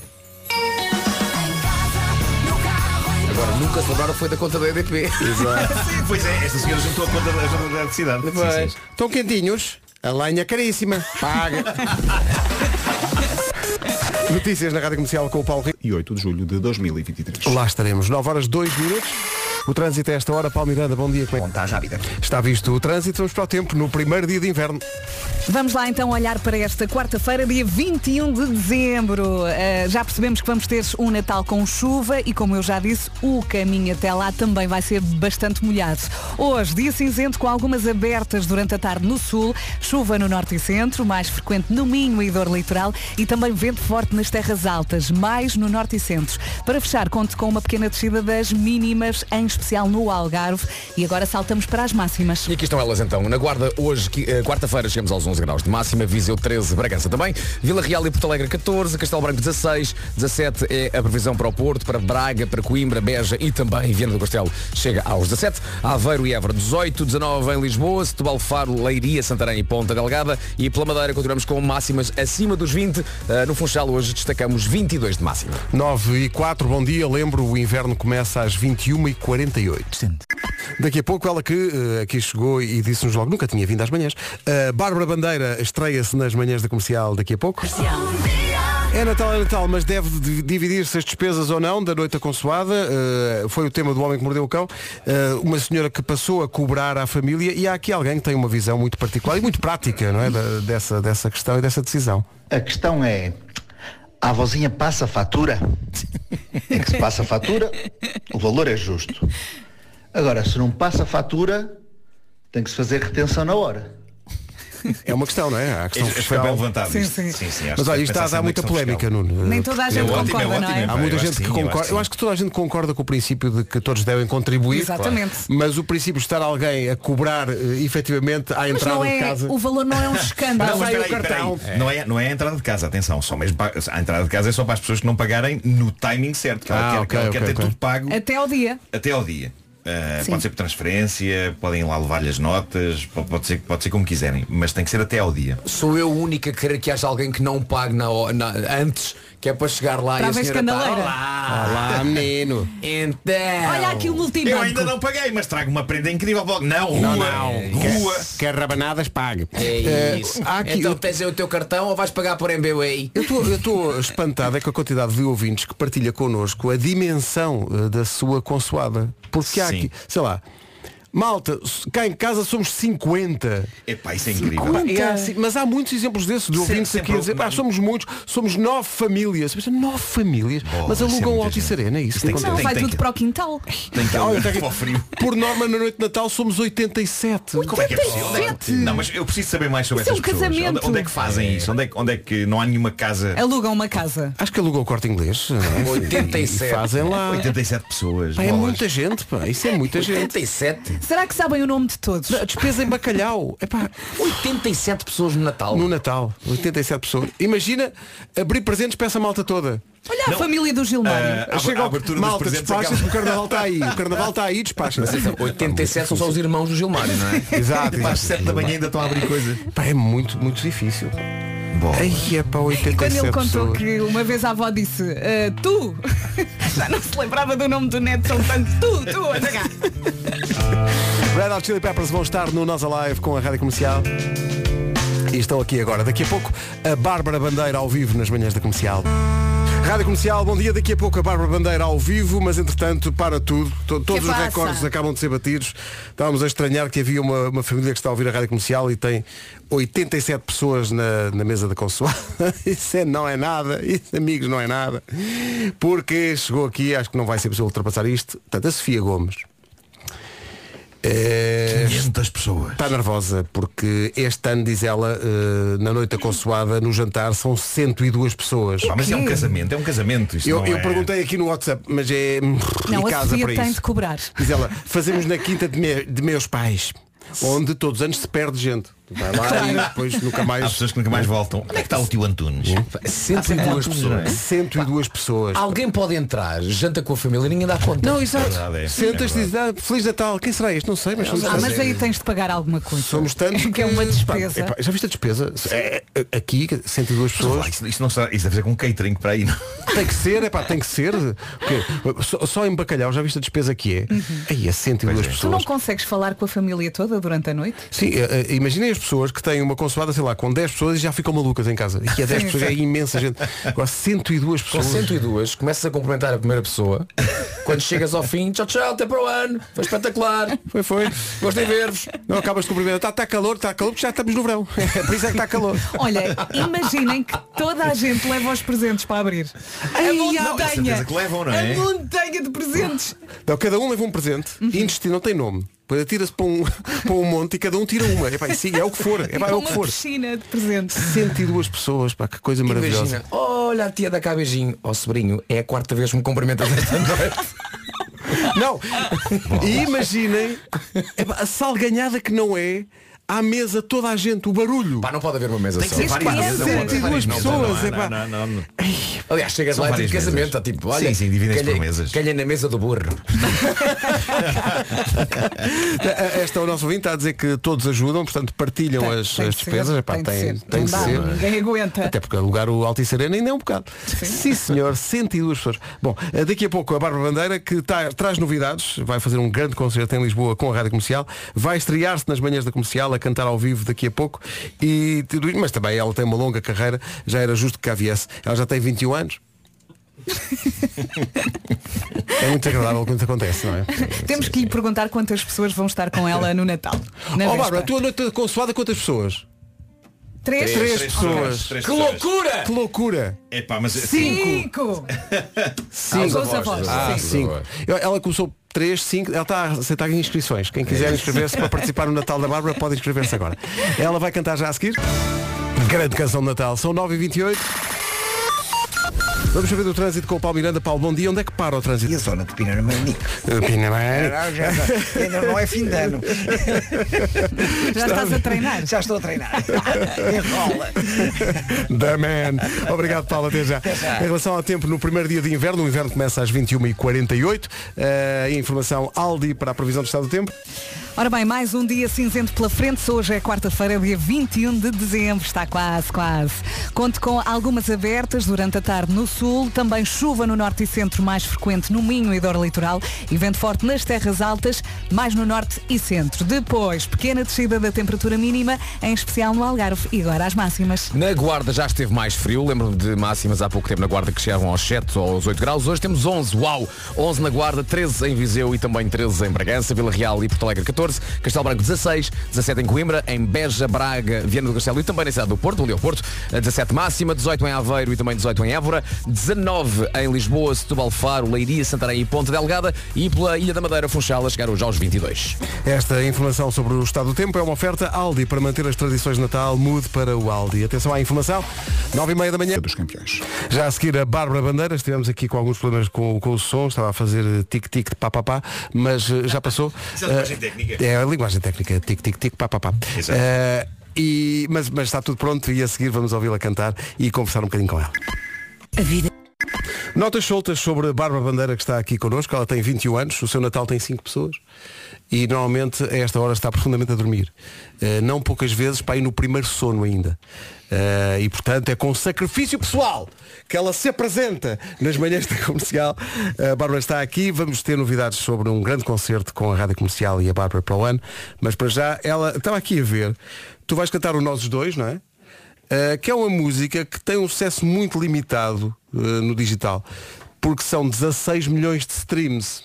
Speaker 12: Agora nunca se lembraram foi da conta da EDP.
Speaker 10: Sim, pois é, esta senhora juntou a conta da da eletricidade. Sim, sim.
Speaker 2: Estão quentinhos? A lenha é caríssima. Paga. Notícias na Rádio Comercial com o Paulo Rico.
Speaker 6: E 8 de julho de 2023.
Speaker 2: Lá estaremos, 9 horas 2 minutos. O trânsito a esta hora, Paulo Miranda, bom dia. Como é? Bom,
Speaker 3: está já vida.
Speaker 2: Está visto o trânsito, vamos para o tempo no primeiro dia de inverno.
Speaker 4: Vamos lá então olhar para esta quarta-feira, dia 21 de dezembro. Uh, já percebemos que vamos ter um Natal com chuva e, como eu já disse, o caminho até lá também vai ser bastante molhado. Hoje, dia cinzento com algumas abertas durante a tarde no sul, chuva no norte e centro, mais frequente no Minho e dor litoral e também vento forte nas terras altas, mais no norte e centro. Para fechar, conto com uma pequena descida das mínimas, em especial no Algarve. E agora saltamos para as máximas.
Speaker 8: E aqui estão elas então. Na Guarda, hoje, qui- eh, quarta-feira, chegamos aos 11 graus de máxima. Viseu 13, Bragança também. Vila Real e Porto Alegre 14, Castelo Branco 16, 17 é a previsão para o Porto, para Braga, para Coimbra, Beja e também Viana do Castelo chega aos 17. Aveiro e Évora 18, 19 em Lisboa, Setúbal, Faro, Leiria, Santarém e Ponta Delgada. E pela Madeira continuamos com máximas acima dos 20. Eh, No Funchal hoje destacamos 22 de máxima.
Speaker 2: 9 e 4, bom dia. Lembro, o inverno começa às 21h48. Daqui a pouco ela que eh, aqui chegou e disse-nos logo, nunca tinha vindo às manhãs. Eh, Bárbara Bandeira estreia-se nas manhãs da comercial daqui a pouco. É Natal, é Natal, mas deve di- dividir-se as despesas ou não, da noite aconsoada. Eh, foi o tema do Homem que Mordeu o Cão. Eh, uma senhora que passou a cobrar à família e há aqui alguém que tem uma visão muito particular e muito prática, não é? da- dessa, dessa questão e dessa decisão.
Speaker 13: A questão é, a vozinha passa a fatura? É que se passa a fatura, o valor é justo. Agora, se não passa a fatura, tem que se fazer retenção na hora.
Speaker 2: É uma questão, não é? A questão
Speaker 13: Este foi
Speaker 2: fiscal.
Speaker 13: bem levantado,
Speaker 10: Sim, isto. sim. Sim, sim, acho
Speaker 2: Mas olha,
Speaker 10: que
Speaker 2: isto está a
Speaker 4: assim,
Speaker 10: pensasse
Speaker 2: dar
Speaker 10: na
Speaker 2: muita
Speaker 10: questão
Speaker 2: polémica, Nuno.
Speaker 4: Nem toda a É gente ótimo, concorda, é ótimo, não é? é
Speaker 2: Há
Speaker 4: ótimo,
Speaker 2: muita
Speaker 4: eu
Speaker 2: gente
Speaker 4: acho
Speaker 2: que
Speaker 4: que sim, eu
Speaker 2: concorda.
Speaker 4: acho que
Speaker 2: Eu acho que toda a gente concorda com o princípio de que todos devem contribuir.
Speaker 4: Exatamente.
Speaker 2: Mas o princípio de estar alguém a cobrar, eh, efetivamente, à
Speaker 4: Mas
Speaker 2: entrada
Speaker 4: não
Speaker 2: de
Speaker 4: é,
Speaker 2: casa.
Speaker 4: o valor não é um escândalo.
Speaker 10: Não, mas espera aí, espera aí. Não, é, não é a entrada de casa, atenção, só mesmo para- a entrada de casa é só para as pessoas que não pagarem no timing certo. Ela
Speaker 2: Ah,
Speaker 10: quer,
Speaker 2: ok,
Speaker 10: ela quer
Speaker 2: ok,
Speaker 10: ter
Speaker 2: ok.
Speaker 10: tudo pago
Speaker 4: Até ao dia.
Speaker 10: até ao dia.
Speaker 2: É,
Speaker 10: Uh,
Speaker 4: Sim.
Speaker 10: pode ser por transferência, podem lá levar-lhe as notas, po- pode ser, pode ser como quiserem, mas tem que ser até ao dia.
Speaker 12: Sou eu a única que querer que haja alguém que não pague na, ho- na- antes, que é para chegar lá
Speaker 4: Para
Speaker 12: e a
Speaker 4: ver
Speaker 12: senhora
Speaker 4: escandaleira.
Speaker 12: Tá,
Speaker 2: Olá, menino.
Speaker 12: Então.
Speaker 4: Olha aqui o multibanco.
Speaker 10: Eu ainda não paguei, mas trago uma prenda incrível. Logo, Não, rua,
Speaker 12: Não, não.
Speaker 10: rua.
Speaker 2: Quer rabanadas, pague.
Speaker 12: É
Speaker 2: Eh,
Speaker 12: isso.
Speaker 2: há aqui-
Speaker 12: então tens aí o teu cartão ou vais pagar por MBWay?
Speaker 2: Eu estou- Eu estou espantado é com a quantidade de ouvintes que partilha connosco a dimensão eh, da sua consoada. Porque há aqui, sei lá, Malta, s- cá em casa somos 50.
Speaker 10: Epá, isso é incrível.
Speaker 2: 50.
Speaker 10: Pá, é-
Speaker 2: Sim, assim, Mas há muitos exemplos desses de
Speaker 10: Sempre-
Speaker 2: ouvintes aqui
Speaker 10: sempre
Speaker 2: a dizer, pá, somos muitos, somos nove famílias. Mas Nove famílias, mas
Speaker 10: isso é
Speaker 2: alugam o
Speaker 10: muita
Speaker 2: Altice Arena, é isso? que
Speaker 4: não,
Speaker 2: acontece?
Speaker 4: vai tudo para o quintal.
Speaker 10: Tem que
Speaker 2: Olha,
Speaker 10: alugar
Speaker 2: está aqui.
Speaker 10: para o frio.
Speaker 2: Por norma, na noite de Natal somos 87.
Speaker 10: Como é que é possível? Onde é que- Não, mas eu preciso saber mais sobre
Speaker 4: Isso é
Speaker 10: essas
Speaker 4: um
Speaker 10: pessoas. Onde-
Speaker 4: casamento. É
Speaker 10: Onde é que fazem isso? Onde é, que- onde é que não há nenhuma casa
Speaker 4: Alugam uma casa.
Speaker 2: Acho que alugou o corte inglês. não é?
Speaker 10: 87.
Speaker 2: E fazem lá.
Speaker 10: 87 pessoas.
Speaker 2: Pá, é
Speaker 10: bolas.
Speaker 2: muita gente, pá. Isso é muita gente.
Speaker 12: 87?
Speaker 4: Será que sabem o nome de todos?
Speaker 2: Despesa em bacalhau. Epá,
Speaker 12: 87 pessoas no Natal.
Speaker 2: No Natal. 87 pessoas. Imagina abrir presentes para essa malta toda.
Speaker 4: Olha a família do Gilmário.
Speaker 2: Ah, Chega ao- malta,
Speaker 12: é
Speaker 2: despachem-se, o carnaval está aí. O carnaval está aí, despachem-se.
Speaker 12: 87 são só os irmãos do Gilmário, não é?
Speaker 2: Exato.
Speaker 12: Pá,
Speaker 2: exato.
Speaker 12: às sete da manhã ainda estão a abrir coisa.
Speaker 2: Pá, é muito, muito difícil. Ai, é para
Speaker 4: Quando
Speaker 2: 87
Speaker 4: ele contou
Speaker 2: pessoas.
Speaker 4: que uma vez a avó disse "Ah, Tu Já não se lembrava do nome do neto São tantos Tu, tu, anda cá
Speaker 2: Red Hot Chili Peppers vão estar no Nós Alive com a Rádio Comercial. E estão aqui agora. Daqui a pouco, a Bárbara Bandeira ao vivo nas manhãs da Comercial. Rádio Comercial, bom dia. Daqui a pouco a Bárbara Bandeira ao vivo, mas entretanto para tudo. To- todos os
Speaker 11: passa?
Speaker 2: recordes acabam de ser batidos. Estávamos a estranhar que havia uma, uma família que está a ouvir a Rádio Comercial e tem 87 pessoas na, na mesa da consoada. Isso é- não é nada. Isso, amigos, não é nada. Porque chegou aqui, acho que não vai ser possível ultrapassar isto. Portanto, a Sofia Gomes. É...
Speaker 10: 500 pessoas.
Speaker 2: Está nervosa porque este ano, diz ela, eh, na noite da consoada, no jantar, são 102 pessoas.
Speaker 10: Pá, mas é um casamento, é um casamento. Isto
Speaker 2: Eu,
Speaker 10: não
Speaker 2: eu
Speaker 10: é-
Speaker 2: perguntei aqui no WhatsApp, mas é
Speaker 4: Não,
Speaker 2: e
Speaker 4: a
Speaker 2: casa
Speaker 4: Sofia
Speaker 2: para
Speaker 4: tem
Speaker 2: isso.
Speaker 4: de cobrar
Speaker 2: Diz ela, fazemos na quinta de, me- de meus pais, onde todos os anos se perde gente. Vai lá e depois nunca mais.
Speaker 10: Há pessoas que nunca mais voltam. Onde é que está o tio Antunes?
Speaker 12: Há 102 pessoas.
Speaker 2: 102 pessoas.
Speaker 4: um-
Speaker 12: Alguém pode entrar, janta com a família e ninguém dá conta.
Speaker 2: Não,
Speaker 10: É
Speaker 2: exato. Sentas-te e dizes, ah, Feliz Natal, quem será este? Não sei, mas somos
Speaker 4: Ah,
Speaker 2: tantos.
Speaker 10: é
Speaker 4: mas aí tens de pagar alguma coisa
Speaker 2: Somos tantos
Speaker 4: Que é uma despesa
Speaker 2: Epá, já viste a despesa? É, é, aqui, 102 pessoas.
Speaker 10: Isso, isso não será, isso deve ser com catering para aí. não?
Speaker 2: Tem que ser, é pá, tem que ser. Porque Só, só em bacalhau, já viste a despesa que é? Aí é 102
Speaker 4: Uhum. Tu não
Speaker 2: pessoas.
Speaker 4: consegues falar com a família toda durante a noite?
Speaker 2: Sim, eh, eh, imaginem as pessoas que têm uma consoada, sei lá, com 10 pessoas e já ficam malucas em casa. E a 10
Speaker 12: Sim,
Speaker 2: pessoas é
Speaker 12: sim.
Speaker 2: imensa gente. Agora 102
Speaker 12: Com
Speaker 2: pessoas.
Speaker 12: 102, começas a cumprimentar a primeira pessoa. Quando chegas ao fim, tchau, tchau, até para o ano. Foi espetacular.
Speaker 2: Foi, foi.
Speaker 12: Gostei de ver-vos.
Speaker 2: Não acabas de cumprimentar. Está tá calor, está calor, porque já estamos no verão. É por isso é que está calor.
Speaker 4: Olha, imaginem que toda a gente leva os presentes para abrir
Speaker 2: Ai,
Speaker 4: A
Speaker 2: não, é certeza
Speaker 4: montanha
Speaker 2: que levam, não é?
Speaker 4: A montanha de presentes
Speaker 2: Então, cada um leva um presente
Speaker 12: Uhum.
Speaker 2: e intestino não tem nome. Depois atira-se para um, para um monte e cada um tira uma. Epá, e sim, é o que for. Epá, é o
Speaker 4: Uma
Speaker 2: que for.
Speaker 4: piscina de presentes
Speaker 2: 102 pessoas, pá, que coisa maravilhosa.
Speaker 12: Imagina, olha a tia da Cabejinho, ó sobrinho, é a quarta vez que me cumprimentas esta noite.
Speaker 2: Não, e imaginem epá, a salganhada que não é à mesa toda a gente, o barulho.
Speaker 12: Pá, não pode haver uma mesa
Speaker 2: Tem que
Speaker 12: só.
Speaker 2: ser várias mesas, não pode haver várias mesas.
Speaker 12: pessoas,
Speaker 2: Não,
Speaker 12: é pá.
Speaker 10: não, não, não.
Speaker 12: Aliás, chegas
Speaker 10: São
Speaker 12: lá e
Speaker 10: várias
Speaker 12: tipo casamento, está
Speaker 10: mesas.
Speaker 12: tipo, olha,
Speaker 10: Sim, sim, dividem-se por
Speaker 12: calha,
Speaker 10: mesas.
Speaker 12: calha na mesa do burro.
Speaker 2: Esta é o nosso ouvinte, está a dizer que todos ajudam, portanto partilham as,
Speaker 4: Tem
Speaker 2: as
Speaker 4: que ser,
Speaker 2: despesas. Epá,
Speaker 4: tem,
Speaker 2: tem,
Speaker 4: de ser.
Speaker 2: tem
Speaker 4: Não
Speaker 2: que
Speaker 4: dá,
Speaker 2: ser.
Speaker 4: Ninguém aguenta
Speaker 2: Até porque alugar o Altice Arena ainda é um bocado. Sim, senhor, 102 pessoas. Bom, eh, daqui a pouco a Bárbara Bandeira, que tá- traz novidades, vai fazer um grande concerto em Lisboa com a Rádio Comercial, vai estrear-se nas manhãs da Comercial, a cantar ao vivo daqui a pouco, e, tudo isso. mas também ela tem uma longa carreira, já era justo que cá viesse. Ela já tem 21 anos. é muito agradável quando isso acontece, não é?
Speaker 4: Temos que lhe perguntar quantas pessoas vão estar com ela no Natal. Na
Speaker 2: oh,
Speaker 4: véspera.
Speaker 2: Bárbara, a tua noite consoada quantas pessoas?
Speaker 4: É, Três?
Speaker 2: Três,
Speaker 10: Três
Speaker 2: pessoas.
Speaker 10: pessoas. Três Que pessoas. loucura!
Speaker 2: Que loucura!
Speaker 10: Epá, mas
Speaker 4: assim, Cinco!
Speaker 2: Cinco.
Speaker 4: Aos avós,
Speaker 2: Ah,
Speaker 4: sim.
Speaker 2: cinco. Eu- Ela começou 3, 5, ela está a aceitar inscrições. Quem
Speaker 4: É.
Speaker 2: quiser inscrever-se para participar no Natal da Bárbara pode inscrever-se agora. Ela vai cantar já a seguir. Grande canção de Natal. São 9h28. Vamos saber do trânsito com o Paulo Miranda. Paulo, bom dia. Onde é que para o trânsito? E a zona de Pinamanique. Pinamanique.
Speaker 3: Ainda não é fim de ano.
Speaker 4: Já estás a treinar?
Speaker 3: Já estou a treinar.
Speaker 2: The man. Obrigado, Paulo. Até já. Em relação ao tempo, no primeiro dia de inverno, o inverno começa às 21h48. Eh, informação Aldi para a previsão do estado do tempo.
Speaker 4: Ora bem, mais um dia cinzento pela frente. Hoje é quarta-feira, um dia 21 de dezembro. Está quase, quase. Conto com algumas abertas durante a tarde no no sul, também chuva no norte e centro, mais frequente no Minho e Douro Litoral, e vento forte nas terras altas, mais no norte e centro. Depois, pequena descida da temperatura mínima, em especial no Algarve. E agora as máximas.
Speaker 8: Na Guarda já esteve mais frio, lembro-me de máximas há pouco tempo na Guarda que chegavam aos 7 ou aos 8 graus, hoje temos 11, uau! 11 na Guarda, 13 em Viseu e também 13 em Bragança, Vila Real e Porto Alegre 14, Castelo Branco 16, 17 em Coimbra, em Beja, Braga, Viana do Castelo e também na cidade do Porto, ali ao Porto, 17 máxima, 18 em Aveiro e também 18 em Évora, 19 em Lisboa, Setúbal, Faro, Leiria, Santarém e Ponta Delgada e pela Ilha da Madeira, Funchal, a chegar hoje aos 22.
Speaker 2: Esta informação sobre o estado do tempo é uma oferta Aldi para manter as tradições de Natal. Mude para o Aldi. Atenção à informação. Nove e meia da manhã.
Speaker 6: Dos campeões.
Speaker 2: Já a seguir a Bárbara Bandeira. Estivemos aqui com alguns problemas com, com o som. Estava a fazer eh, tic-tic de pá, pá, pá, mas eh, já passou.
Speaker 10: Isso é linguagem técnica.
Speaker 2: É a linguagem técnica. Tic-tic-tic, pá, pá, pá.
Speaker 10: Exato.
Speaker 2: Eh, e, mas, mas está tudo pronto e a seguir vamos ouvi-la cantar e conversar um bocadinho com ela.
Speaker 11: A vida.
Speaker 2: Notas soltas sobre a Bárbara Bandeira que está aqui connosco. Ela tem 21 anos, o seu Natal tem 5 pessoas e normalmente a esta hora está profundamente a dormir. Eh, não poucas vezes para ir no primeiro sono ainda. Eh, e portanto é com sacrifício pessoal que ela se apresenta nas manhãs da comercial. A Bárbara está aqui, vamos ter novidades sobre um grande concerto com a Rádio Comercial e a Bárbara para o ano. Mas para já, ela estava aqui a ver. Tu vais cantar o Nós os Dois, não é? Uh, que é uma música que tem um sucesso muito limitado uh, no digital, porque são 16 milhões de streams.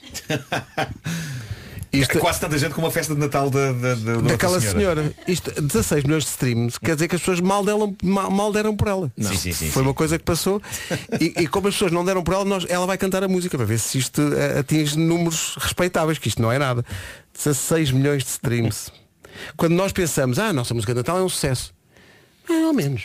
Speaker 2: Isto-
Speaker 10: Quase tanta gente como a festa de Natal da, da, da- da outra
Speaker 2: Daquela senhora. Isto, 16 milhões de streams, quer dizer que as pessoas mal, delam, mal, mal deram por ela.
Speaker 10: Não. Sim, sim, sim,
Speaker 2: Foi uma coisa que passou. E, e como as pessoas não deram por ela, nós, ela vai cantar a música para ver se isto eh, atinge números respeitáveis, que isto não é nada. 16 milhões de streams. Quando nós pensamos, ah, a nossa música de Natal é um sucesso. Mais ou menos.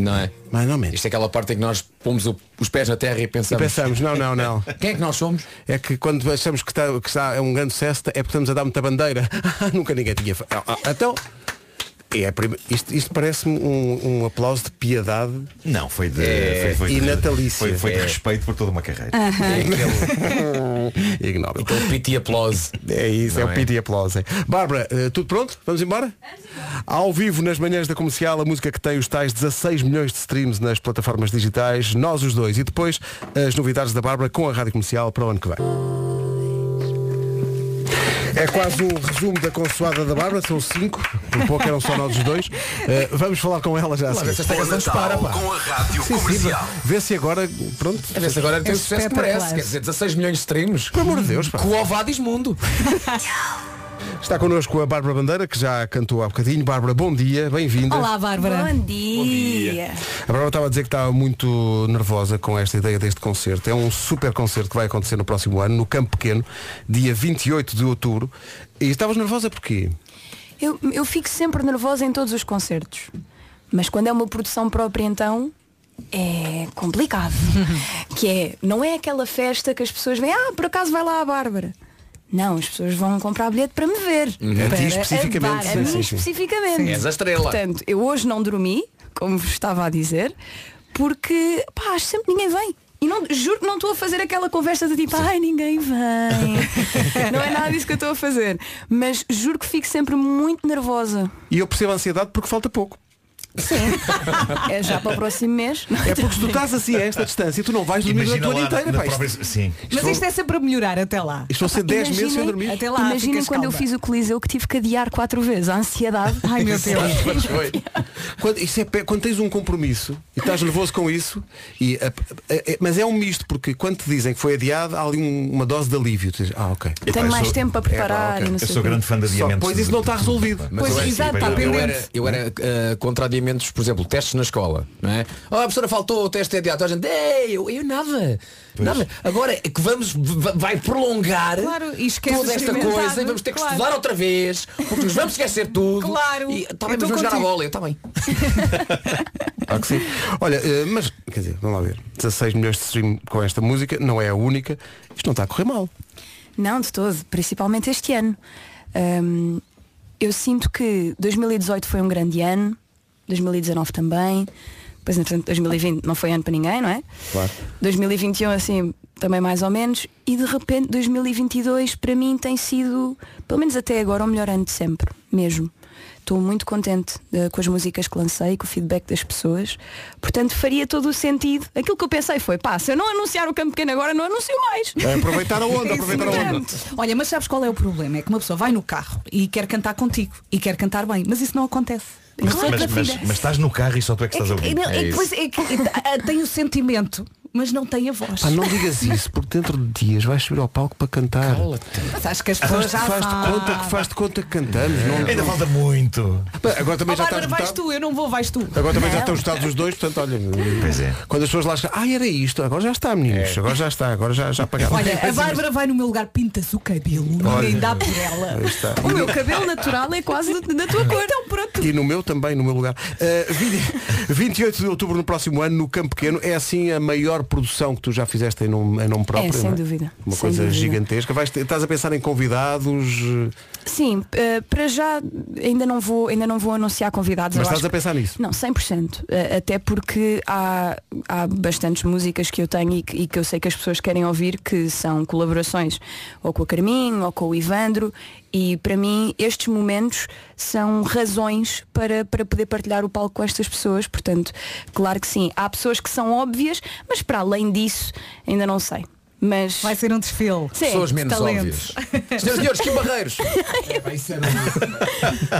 Speaker 12: Não é?
Speaker 2: Mais ou menos.
Speaker 12: Isto é aquela parte em que nós pomos o- os pés na terra e
Speaker 2: E
Speaker 12: pensamos.
Speaker 2: pensamos, não, não, não.
Speaker 12: Quem é que nós somos?
Speaker 2: É que quando achamos que está, que está é um grande sucesso, é porque estamos a dar muita bandeira. Nunca ninguém tinha. fe- Ah, ah, Então, é a prime- isto, isto parece-me um, um aplauso de piedade.
Speaker 10: Não, foi de.
Speaker 2: É,
Speaker 10: foi, foi
Speaker 2: e
Speaker 10: de-
Speaker 2: natalícia.
Speaker 10: Foi, foi de
Speaker 2: É.
Speaker 10: respeito por toda uma carreira.
Speaker 14: Ah,
Speaker 2: Ignóbil.
Speaker 12: Aquele piti aplauso.
Speaker 2: É isso,
Speaker 12: Não
Speaker 2: é o
Speaker 12: é?
Speaker 2: piti aplauso. é. Bárbara, eh, tudo pronto? Vamos embora? Ao vivo nas manhãs da comercial, a música que tem os tais 16 milhões de streams nas plataformas digitais, nós os dois. E depois as novidades da Bárbara com a rádio comercial para o ano que vem. É quase um resumo da consoada da Bárbara, são cinco, por pouco eram só nós os dois. Eh, vamos falar com ela já a
Speaker 12: Claro,
Speaker 2: seguir.
Speaker 12: esta é canção dispara, pá.
Speaker 7: Com a rádio
Speaker 2: Sim, sim,
Speaker 7: comercial.
Speaker 2: vê se agora, pronto.
Speaker 12: A ver É, se agora tem o sucesso que merece. Quer dizer, 16 milhões de streams. Pelo
Speaker 2: amor de Deus, pá.
Speaker 12: Covadis Mundo.
Speaker 2: Está connosco a Bárbara Bandeira, que já cantou há bocadinho. Bárbara, bom dia, bem-vinda.
Speaker 11: Olá, Bárbara. Bom dia.
Speaker 2: A Bárbara estava a dizer que estava muito nervosa com esta ideia deste concerto. É um super concerto que vai acontecer no próximo ano, no Campo Pequeno, dia 28 de outubro. E estavas nervosa porquê?
Speaker 14: Eu, eu fico sempre nervosa em todos os concertos. Mas quando é uma produção própria então é complicado. que é, não é aquela festa que as pessoas vêm, ah, por acaso vai lá a Bárbara. Não, as pessoas vão comprar bilhete para me ver.
Speaker 12: Uhum.
Speaker 14: Para
Speaker 12: A ti
Speaker 14: a
Speaker 12: especificamente, sim,
Speaker 14: Bárbara. A
Speaker 12: sim,
Speaker 14: mim
Speaker 12: sim.
Speaker 14: especificamente.
Speaker 12: Sim. És a estrela.
Speaker 14: Portanto, eu hoje não dormi, como vos estava a dizer, porque pá, acho sempre que ninguém vem. E não, juro que não estou a fazer aquela conversa de tipo, ai, ninguém vem. não é nada disso que eu estou a fazer. Mas juro que fico sempre muito nervosa.
Speaker 2: E eu percebo a ansiedade porque falta pouco.
Speaker 14: Sim. É já para o próximo mês.
Speaker 2: É porque se tu estás assim a esta distância, tu não vais dormir a tua vida inteira. pá, isto-
Speaker 10: Sim.
Speaker 4: Mas isto é sempre a melhorar até lá.
Speaker 2: Isto vão ser 10 meses sem dormir.
Speaker 4: Até lá,
Speaker 14: Imaginem
Speaker 4: ficas
Speaker 14: quando eu
Speaker 4: calma.
Speaker 14: fiz o Coliseu que tive que adiar quatro vezes. A ansiedade.
Speaker 4: Ai, meu
Speaker 2: Pois, pois foi. quando, isso é pe- quando tens um compromisso e estás nervoso com isso, e a- a- a- mas é um misto, porque quando te dizem que foi adiado, há ali um- uma dose de alívio. Tu dizes, ah, ok.
Speaker 14: Tenho
Speaker 2: Epá, eu
Speaker 14: mais
Speaker 2: sou-
Speaker 14: tempo para
Speaker 2: epá,
Speaker 14: preparar
Speaker 2: ok.
Speaker 14: e não sei o quê.
Speaker 2: Só que Pois isso não está resolvido.
Speaker 12: Mas eu era- eu era, eu era eh, contra adiamentos, por exemplo, testes na escola. Não é? Oh, a professora faltou, o teste é adiado. A gente, ei, eu, eu nada. Nada. Agora é que vamos, v- vai prolongar
Speaker 4: Claro, e esquece
Speaker 12: toda
Speaker 4: de
Speaker 12: esta
Speaker 4: experimentar,
Speaker 12: coisa e vamos ter que
Speaker 4: claro.
Speaker 12: estudar outra vez, porque nos vamos esquecer tudo.
Speaker 4: Claro.
Speaker 12: E, tá bem, mas
Speaker 4: Eu tô
Speaker 12: vamos jogar a
Speaker 4: contigo.
Speaker 12: bola, eu também.
Speaker 2: Claro que sim. Olha, eh, mas, quer dizer, vamos lá ver. 16 milhões de stream com esta música, não é a única. Isto não está a correr mal.
Speaker 14: Não, de todo, principalmente este ano. Hum, eu sinto que 2018 foi um grande ano, 2019 também, depois entretanto 2020 não foi ano para ninguém, não é?
Speaker 2: Claro.
Speaker 14: 2021 assim também mais ou menos e de repente 2022 para mim tem sido pelo menos até agora o melhor ano de sempre mesmo
Speaker 10: Estou muito contente eh, com as músicas que lancei, com o feedback das pessoas. Portanto, faria todo o sentido. Aquilo que eu pensei foi, pá, se eu não anunciar o campo pequeno agora, não anuncio mais.
Speaker 2: É, aproveitar a onda, aproveitar a onda.
Speaker 4: Olha, mas sabes qual é o problema? É que uma pessoa vai no carro e quer cantar contigo e quer cantar bem, mas isso não acontece.
Speaker 6: Mas,
Speaker 4: Não é
Speaker 6: mas,
Speaker 4: que
Speaker 6: mas-
Speaker 4: acontece.
Speaker 6: mas estás no carro e só tu é que estás a
Speaker 4: É,
Speaker 6: ouvir.
Speaker 4: não, é que
Speaker 6: isso.
Speaker 4: depois é que, é, tem o sentimento, mas não tem a voz.
Speaker 2: Pá, não digas isso, porque dentro de dias vais subir ao palco para cantar.
Speaker 4: Mas acho que as pessoas
Speaker 2: Faz-te
Speaker 4: já
Speaker 2: faz-te
Speaker 4: sabem. Ah,
Speaker 2: conta que faz-te conta que cantamos. Não,
Speaker 6: Ainda falta muito.
Speaker 2: Agora também
Speaker 4: Oh,
Speaker 2: já
Speaker 4: Bárbara,
Speaker 2: estás
Speaker 4: vais tu, eu não vou, vais tu.
Speaker 2: Agora também já
Speaker 4: Não.
Speaker 2: estão esgotados os dois, portanto, olha. Quando as pessoas lá chegam, ah, era isto, agora já está, meninos, agora já está, agora já, já pagaram. Assim,
Speaker 4: Olha, a Bárbara vai no meu lugar, pintas o cabelo,
Speaker 2: Olha.
Speaker 4: ninguém dá por ela.
Speaker 2: Aí está.
Speaker 10: O meu cabelo natural é quase do- da tua cor. Então pronto.
Speaker 2: E no meu também, no meu lugar. Uh, 20 28 de outubro no próximo ano, no Campo Pequeno, é assim a maior produção que tu já fizeste em nome, em nome próprio.
Speaker 10: É, sem
Speaker 2: não é?
Speaker 10: dúvida,
Speaker 2: Uma
Speaker 10: sem
Speaker 2: coisa
Speaker 10: dúvida.
Speaker 2: gigantesca. Vais ter- estás a pensar em convidados. uh,
Speaker 10: Sim, eh, para já ainda não vou, ainda não vou anunciar convidados.
Speaker 2: Mas
Speaker 10: eu
Speaker 2: estás
Speaker 10: acho
Speaker 2: a pensar
Speaker 10: que-
Speaker 2: nisso?
Speaker 10: Não, 100%. eh, até porque há, há bastantes músicas que eu tenho e que, e que eu sei que as pessoas querem ouvir que são colaborações ou com a Carminho ou com o Ivandro e para mim estes momentos são razões para, para poder partilhar o palco com estas pessoas. Portanto, claro que sim, há pessoas que são óbvias, mas para além disso ainda não sei. Mas vai
Speaker 4: ser um desfile.
Speaker 10: Sim,
Speaker 8: Pessoas
Speaker 10: de
Speaker 8: menos
Speaker 10: talentos.
Speaker 8: óbvias. Senhoras e senhores, Kim Barreiros.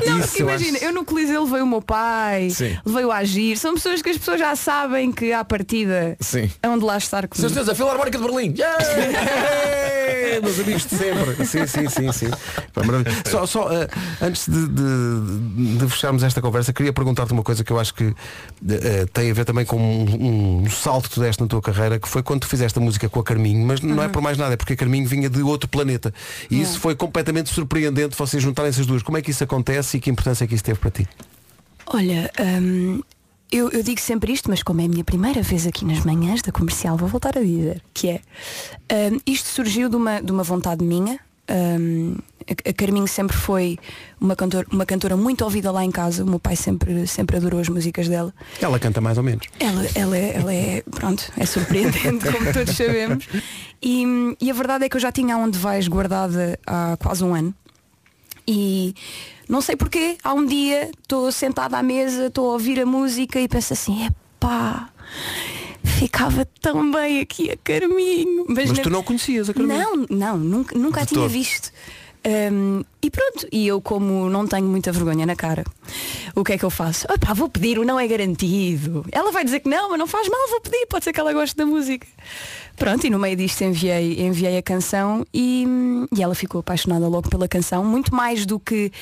Speaker 10: Não,
Speaker 8: Isso
Speaker 10: porque
Speaker 8: eu
Speaker 10: imagina,
Speaker 8: acho-
Speaker 10: eu no Coliseu levei o meu pai,
Speaker 8: Sim.
Speaker 10: levei o Agir, são pessoas que as pessoas já sabem que à partida
Speaker 8: Sim.
Speaker 10: é onde lá estar comigo.
Speaker 8: Senhoras e senhores, a Filarmónica de Berlim.
Speaker 2: É, meus amigos de sempre. Sim, sim, sim, sim. Pá, maravilha. Só, só, eh, antes de, de- de fecharmos esta conversa, queria perguntar-te uma coisa que eu acho que eh, tem a ver também com um, um salto que tu deste na tua carreira, que foi quando tu fizeste a música com a Carminho, mas não é
Speaker 4: Uhum.
Speaker 2: por mais nada, é porque a Carminho vinha de outro planeta. E
Speaker 4: É.
Speaker 2: isso foi completamente surpreendente vocês juntarem essas duas. Como é que isso acontece e que importância é que isso teve para ti?
Speaker 10: Olha, hum, eu, eu digo sempre isto, mas como é a minha primeira vez aqui nas manhãs da comercial, vou voltar a dizer, que é hum, isto surgiu de uma, de uma vontade minha. Hum, a, a Carminho sempre foi uma, cantor, uma cantora muito ouvida lá em casa, o meu pai sempre, sempre adorou as músicas dela.
Speaker 2: Ela canta mais ou menos.
Speaker 10: Ela, ela, é, ela é, pronto, é surpreendente, como todos sabemos. E, e a verdade é que eu já tinha Aonde Vais guardada há quase um ano. E não sei porquê, há um dia estou sentada à mesa, estou a ouvir a música e penso assim, epá, ficava tão bem aqui a Carminho.
Speaker 2: Mas tu não conhecias a Carminho?
Speaker 10: Não, não, nunca, nunca a
Speaker 2: De
Speaker 10: tinha
Speaker 2: todo.
Speaker 10: visto. Hum, e pronto, e eu como não tenho muita vergonha na cara, o que é que eu faço? Opá, vou pedir, o não é garantido. Ela vai dizer que não, mas não faz mal, vou pedir, pode ser que ela goste da música. Pronto, e no meio disto enviei, enviei a canção e, hum, e ela ficou apaixonada logo pela canção, muito mais do que.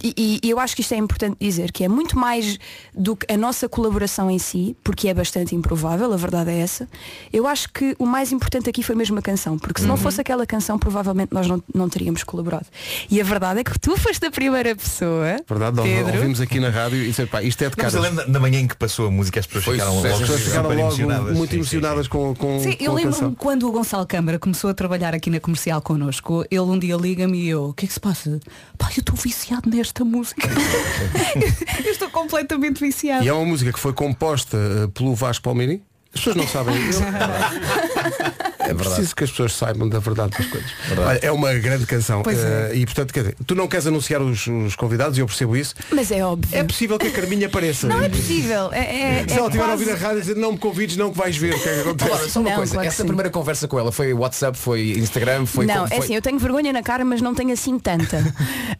Speaker 10: E, e eu acho que isto é importante dizer, que é muito mais do que a nossa colaboração em si, porque é bastante improvável, a verdade é essa. Eu acho que o mais importante aqui foi mesmo a canção, porque se não
Speaker 15: Uhum.
Speaker 10: fosse aquela canção, provavelmente nós não, não teríamos colaborado. E a verdade é que tu foste a primeira pessoa.
Speaker 2: Verdade, nós
Speaker 10: Pedro?
Speaker 2: ouvimos aqui na rádio e disse, pá, isto é de
Speaker 6: Não, mas eu
Speaker 2: cara.
Speaker 6: lembro da- da manhã em que passou a música, as pessoas ficaram logo,
Speaker 2: As pessoas
Speaker 6: super
Speaker 2: ficaram logo
Speaker 6: emocionadas.
Speaker 2: muito emocionadas com, com,
Speaker 4: Sim,
Speaker 2: com
Speaker 4: eu
Speaker 2: a
Speaker 4: lembro-me
Speaker 2: canção.
Speaker 4: quando o Gonçalo Câmara começou a trabalhar aqui na comercial connosco, ele um dia liga-me e eu, o que é que se passa? Pá, eu estou viciado nesta música. eu estou completamente viciado.
Speaker 2: E é uma música que foi composta eh, pelo Vasco Palmini. As pessoas não sabem. Eu- é preciso que as pessoas saibam da verdade das coisas. Olha, é uma grande canção.
Speaker 10: Pois é.
Speaker 2: eh, E portanto, quer dizer, tu não queres anunciar os, os convidados, e eu percebo isso.
Speaker 10: Mas é óbvio.
Speaker 2: É possível que a Carminha apareça.
Speaker 10: Não é possível. É, é,
Speaker 2: Se
Speaker 10: é
Speaker 2: ela tiver a
Speaker 10: quase-
Speaker 2: ouvir a rádio e dizer não me convides, não que vais ver o que é que acontece.
Speaker 8: Olha, só uma coisa, essa primeira conversa com ela foi WhatsApp, foi Instagram, foi
Speaker 10: não,
Speaker 8: como
Speaker 10: é
Speaker 8: foi?
Speaker 10: assim, eu tenho vergonha na cara, mas não tenho assim tanta.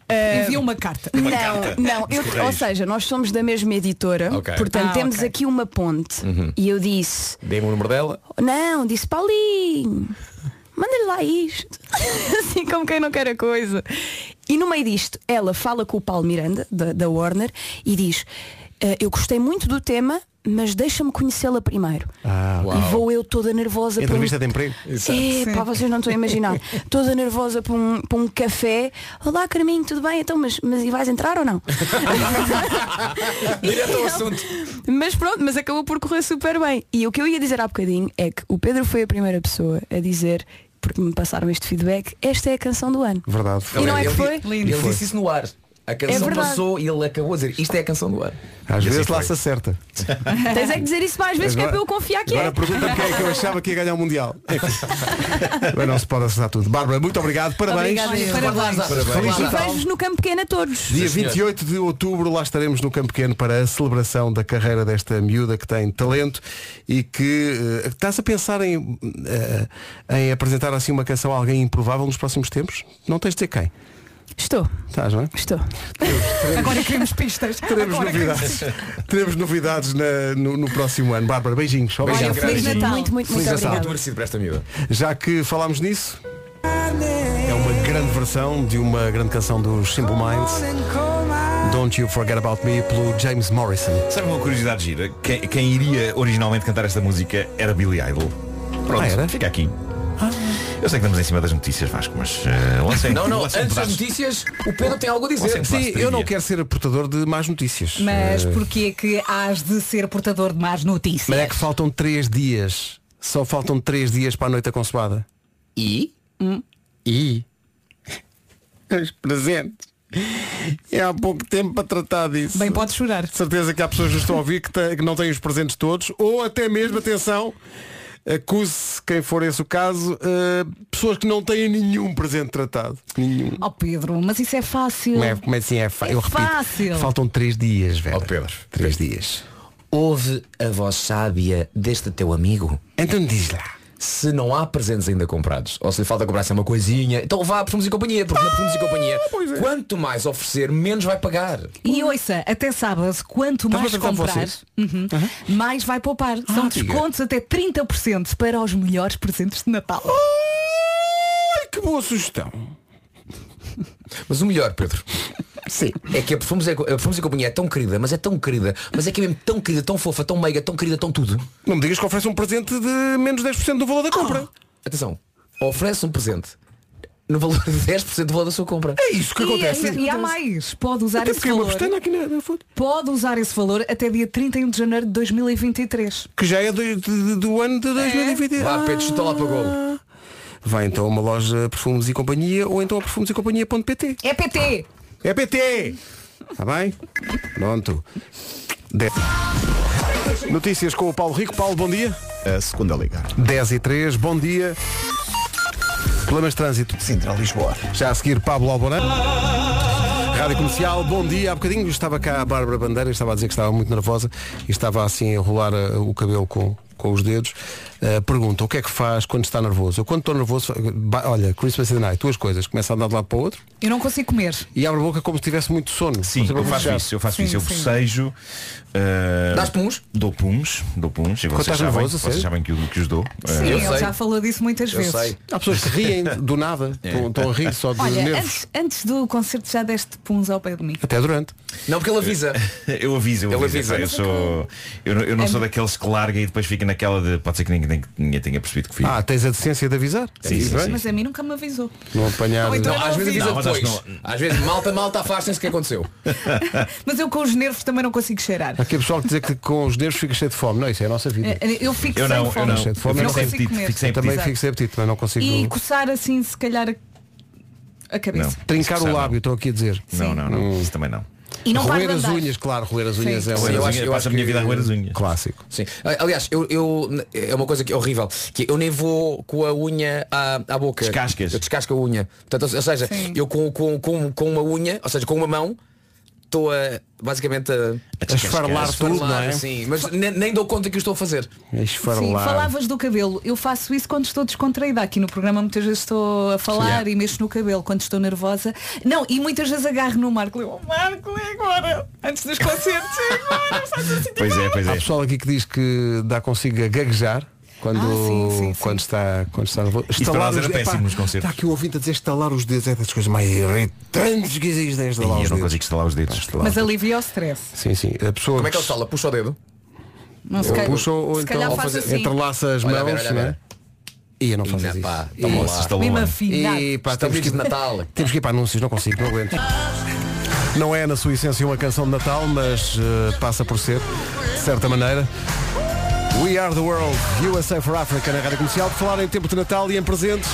Speaker 10: Ah,
Speaker 4: Envia uma carta.
Speaker 10: Não,
Speaker 8: carta.
Speaker 10: não,
Speaker 8: Os
Speaker 10: eu-
Speaker 8: Correios.
Speaker 10: ou seja, nós somos da mesma editora,
Speaker 8: Ok.
Speaker 10: portanto
Speaker 8: Ah,
Speaker 10: temos
Speaker 8: ok.
Speaker 10: aqui uma ponte.
Speaker 8: Uhum.
Speaker 10: E eu disse,
Speaker 8: Dei-me o número dela.
Speaker 10: não, disse Paulinho, manda-lhe lá isto. assim como quem não quer a coisa. E no meio disto, ela fala com o Paulo Miranda, da, da Warner, e diz, "Ah, eu gostei muito do tema, mas deixa-me conhecê-la primeiro.
Speaker 2: Ah,
Speaker 10: E vou eu toda nervosa para um-
Speaker 2: Entrevista de emprego.
Speaker 10: é, pá, vocês não estão a imaginar. Toda nervosa para um, para um café. Olá, Carminho, tudo bem? Então, mas, mas e vais entrar ou não?
Speaker 8: Direto ao assunto.
Speaker 10: Mas pronto, mas acabou por correr super bem. E o que eu ia dizer há bocadinho é que o Pedro foi a primeira pessoa a dizer, porque me passaram este feedback, esta é a canção do ano.
Speaker 2: Verdade.
Speaker 10: E não é que foi?
Speaker 8: Ele disse isso no ar.
Speaker 4: É
Speaker 8: A canção
Speaker 10: verdade.
Speaker 8: passou e ele acabou a dizer isto é a canção do ano.
Speaker 2: Às vezes lá se acerta.
Speaker 10: Tens é que dizer isso mais vezes que é
Speaker 2: Agora-
Speaker 10: para eu confiar que
Speaker 2: Agora
Speaker 10: é.
Speaker 2: pergunta-me quem é que eu achava que ia ganhar o Mundial. Enfim. Bem, não se pode acertar tudo. Bárbara, muito obrigado. Parabéns.
Speaker 10: Obrigada, eu.
Speaker 2: Feliz
Speaker 10: E
Speaker 2: Natal.
Speaker 10: vejo-vos no campo pequeno a todos.
Speaker 2: Dia 28 de outubro, lá estaremos no Campo Pequeno para a celebração da carreira desta miúda que tem talento e que eh, estás a pensar em, eh, em apresentar assim uma canção a alguém improvável nos próximos tempos? Não tens de dizer quem?
Speaker 10: Estou.
Speaker 2: Estás, não é?
Speaker 10: Estou.
Speaker 4: Agora queremos pistas.
Speaker 2: Teremos
Speaker 4: Agora queremos
Speaker 2: novidades, teremos novidades na- no, no próximo ano. Bárbara, beijinhos.
Speaker 4: Olha, Feliz Natal.
Speaker 10: Muito, muito, muito
Speaker 2: Feliz Natal.
Speaker 10: obrigada.
Speaker 16: merecido para esta miúda.
Speaker 2: Já que falámos nisso, é uma grande versão de uma grande canção dos Simple Minds. Don't You Forget About Me, pelo James Morrison.
Speaker 6: Sabe uma curiosidade gira? Quem, quem iria originalmente cantar esta música era Billy Idol. Pronto, fica aqui. Eu sei que estamos em cima das notícias, Vasco, mas eh, lancei
Speaker 8: Não, não,
Speaker 6: lancei um
Speaker 8: antes das
Speaker 6: pedaço.
Speaker 8: notícias, o Pedro tem algo a dizer.
Speaker 2: Sim, eu não quero ser portador de más notícias.
Speaker 4: Mas
Speaker 2: Eh,
Speaker 4: porquê é que hás de ser portador de más notícias?
Speaker 2: Mas é que faltam três dias. Só faltam três dias para a noite aconsumada.
Speaker 8: E?
Speaker 4: Hum.
Speaker 2: E? Os presentes. E há pouco tempo para tratar disso. Bem,
Speaker 4: pode chorar.
Speaker 2: Certeza que há pessoas que nos estão a ouvir que, te- que não têm os presentes todos. Ou até mesmo, atenção, acuse-se, quem for esse o caso, eh, pessoas que não têm nenhum presente tratado. Nenhum.
Speaker 4: Oh Pedro, mas isso é fácil.
Speaker 2: Como, é, como é assim? É, fa-
Speaker 4: É
Speaker 2: eu repito,
Speaker 4: fácil.
Speaker 2: Faltam três dias,
Speaker 4: Oh,
Speaker 2: velho. Três dias.
Speaker 8: Ouve a voz sábia deste teu amigo.
Speaker 2: Então diz lá.
Speaker 8: Se não há presentes ainda comprados, ou se lhe falta comprar-se uma coisinha, então vá a Perfumes e Companhia, porque na Perfumes e Companhia, quanto mais oferecer, menos vai pagar.
Speaker 4: E ouça, até sábado, quanto
Speaker 8: Estás
Speaker 4: mais
Speaker 8: a pensar em
Speaker 4: comprar,
Speaker 8: vocês? Ah,
Speaker 4: Uhum, mais vai poupar. São
Speaker 8: diga.
Speaker 4: descontos até 30% para os melhores presentes de Natal.
Speaker 2: Ai, que boa sugestão.
Speaker 8: Mas o melhor, Pedro. Sim. É que a Perfumes, e- a Perfumes e Companhia é tão querida, mas é tão querida, mas é que é mesmo tão querida, tão fofa, tão meiga, tão querida, tão tudo.
Speaker 2: Não me digas que oferece um presente de menos 10% do valor da compra.
Speaker 4: Ah,
Speaker 8: Atenção, oferece um presente no valor de 10% do valor da sua compra.
Speaker 2: É isso
Speaker 4: e, E, há mais. Pode usar
Speaker 8: Até
Speaker 4: esse
Speaker 8: porque é uma
Speaker 4: valor.
Speaker 8: pestana
Speaker 4: Pode usar esse valor até dia 31 de janeiro de 2023.
Speaker 2: Que já é do, do- do ano
Speaker 4: É.
Speaker 2: de 2023.
Speaker 4: Vá, Pedro, chuta lá para o
Speaker 2: golo. Vai Ah. então a uma loja Perfumes e Companhia ou então a perfumesecompanhia.pt.
Speaker 4: É PT!
Speaker 2: É PT! Está bem? Pronto. Dez. Notícias com o Paulo Rico. Paulo, bom dia.
Speaker 3: A segunda liga.
Speaker 2: 10 e 3, bom dia. Problemas de trânsito. Central Lisboa.
Speaker 10: é
Speaker 2: Já a seguir, Pablo Alborã. Rádio Comercial, bom dia. Há bocadinho estava cá a Bárbara Bandeira, estava a dizer que estava muito nervosa e estava assim a enrolar eh, o cabelo com, com os dedos. Eh, pergunta, o que é que faz quando está nervoso? Eu quando estou nervoso, fa- ba- olha, Christmas in the Night, duas coisas. Começa a andar de lado para o outro
Speaker 4: Eu não consigo comer.
Speaker 2: e abre a boca como se tivesse muito sono.
Speaker 6: Sim, eu faço isso, eu faço isso, eu bocejo. eh,
Speaker 4: Dás puns?
Speaker 6: Dou puns, dou puns. E
Speaker 2: Quando
Speaker 6: vocês
Speaker 2: estás
Speaker 6: sabem,
Speaker 2: nervoso, a
Speaker 6: vocês
Speaker 2: sério?
Speaker 6: sabem que, o- que os dou.
Speaker 8: É.
Speaker 4: Sim,
Speaker 6: Eh,
Speaker 4: ele já falou disso muitas vezes.
Speaker 2: Há pessoas que riem do nada, estão estão a rir só de
Speaker 4: Olha,
Speaker 2: nervos.
Speaker 4: antes, antes do concerto já deste puns ao pé de mim.
Speaker 2: Até durante.
Speaker 8: Não, porque ele avisa.
Speaker 6: eu aviso, eu
Speaker 8: Ele
Speaker 6: aviso.
Speaker 8: avisa.
Speaker 6: pá, Eu, sou, eu, não- eu
Speaker 14: É
Speaker 6: não sou daqueles que larga e depois fica naquela de. Pode ser que ninguém, ninguém tenha percebido que fiz.
Speaker 2: Ah, tens a decência de avisar?
Speaker 6: Sim, sim, sim.
Speaker 4: Mas a mim nunca me avisou.
Speaker 2: Não apanhar.
Speaker 4: Ou então eu não
Speaker 8: às vezes
Speaker 4: ouvi.
Speaker 8: avisa
Speaker 4: Não, mas
Speaker 8: depois.
Speaker 4: acho
Speaker 8: Às vezes, malta, malta, afastem-se o que aconteceu.
Speaker 4: Mas eu com os nervos também não consigo cheirar.
Speaker 2: Aqui o pessoal que dizer que com os dedos fica cheio de fome. Não, isso é a nossa vida.
Speaker 4: É, Eu fico sem fome.
Speaker 2: Cheio de fome,
Speaker 4: Eu
Speaker 2: eu
Speaker 4: não
Speaker 2: não-
Speaker 4: consigo comer.
Speaker 8: É.
Speaker 2: Eu também fico sem apetite, mas não consigo.
Speaker 4: E coçar assim, se calhar, a- a cabeça.
Speaker 2: Trincar o lábio, estou aqui a dizer.
Speaker 6: Não, não, não. Isso também não.
Speaker 4: E não vai
Speaker 2: roer as
Speaker 4: andar.
Speaker 2: unhas, claro, roer as
Speaker 4: Sim.
Speaker 2: unhas é
Speaker 8: Sim,
Speaker 2: uma
Speaker 8: eu acho- eu acho que-
Speaker 2: unhas. Clássico.
Speaker 8: Sim. Aliás, eu, eu- é uma coisa que é horrível, que eu nem vou com a unha à, à boca. Descascas. Eu descasco a unha. Portanto, ou ou seja, eu com, com, com, com uma unha, ou seja, com uma mão, estou a basicamente a,
Speaker 2: A esfarelar tudo, não é?
Speaker 8: sim. Mas nem, nem dou conta que o estou a fazer.
Speaker 4: Sim, falavas do cabelo. Eu faço isso quando estou descontraída. Aqui no programa muitas vezes estou a falar
Speaker 8: Yeah.
Speaker 4: e mexo no cabelo quando estou nervosa. Não, e muitas vezes agarro no Marco. Eu, Marco, é agora. Antes dos concertos. é agora. Faz assim.
Speaker 2: Pois é, pois é. Há pessoal aqui que diz que dá consigo a gaguejar. Quando,
Speaker 8: Ah,
Speaker 2: quando está quando está nervoso.
Speaker 6: Isso para nós era
Speaker 2: epá,
Speaker 6: péssimo nos concertos.
Speaker 2: Está aqui o ouvinte a dizer estalar os dedos é das coisas mais irritantes que existem. é Estalar
Speaker 6: Ih,
Speaker 2: os
Speaker 6: eu não
Speaker 2: dedos.
Speaker 6: consigo estalar os dedos.
Speaker 4: Mas alivia o stress.
Speaker 2: Sim, sim. A pessoa
Speaker 8: Como é que ele fala? Puxa o dedo.
Speaker 4: Não se
Speaker 2: Ou
Speaker 4: calhar-
Speaker 2: puxa ou
Speaker 4: se
Speaker 2: então
Speaker 4: calhar faz
Speaker 2: fazer-
Speaker 4: assim.
Speaker 2: entrelaça as
Speaker 8: Olha a
Speaker 2: mãos,
Speaker 8: ver, olha a
Speaker 2: né?
Speaker 8: ver.
Speaker 2: E eu não faço
Speaker 8: Ih,
Speaker 2: isso.
Speaker 8: pá,
Speaker 2: Ih,
Speaker 8: tamo lá.
Speaker 2: pá,
Speaker 8: Mesmo afinado.
Speaker 2: Ih, pá,
Speaker 8: Estamos
Speaker 2: temos que
Speaker 8: de Natal.
Speaker 2: Temos que ir para anúncios, não consigo, não aguento. Não é na sua essência uma canção de Natal, mas eh, passa por ser, de certa maneira. We are the world, USA for Africa na Rádio Comercial. Por Falar em tempo de Natal e em presentes.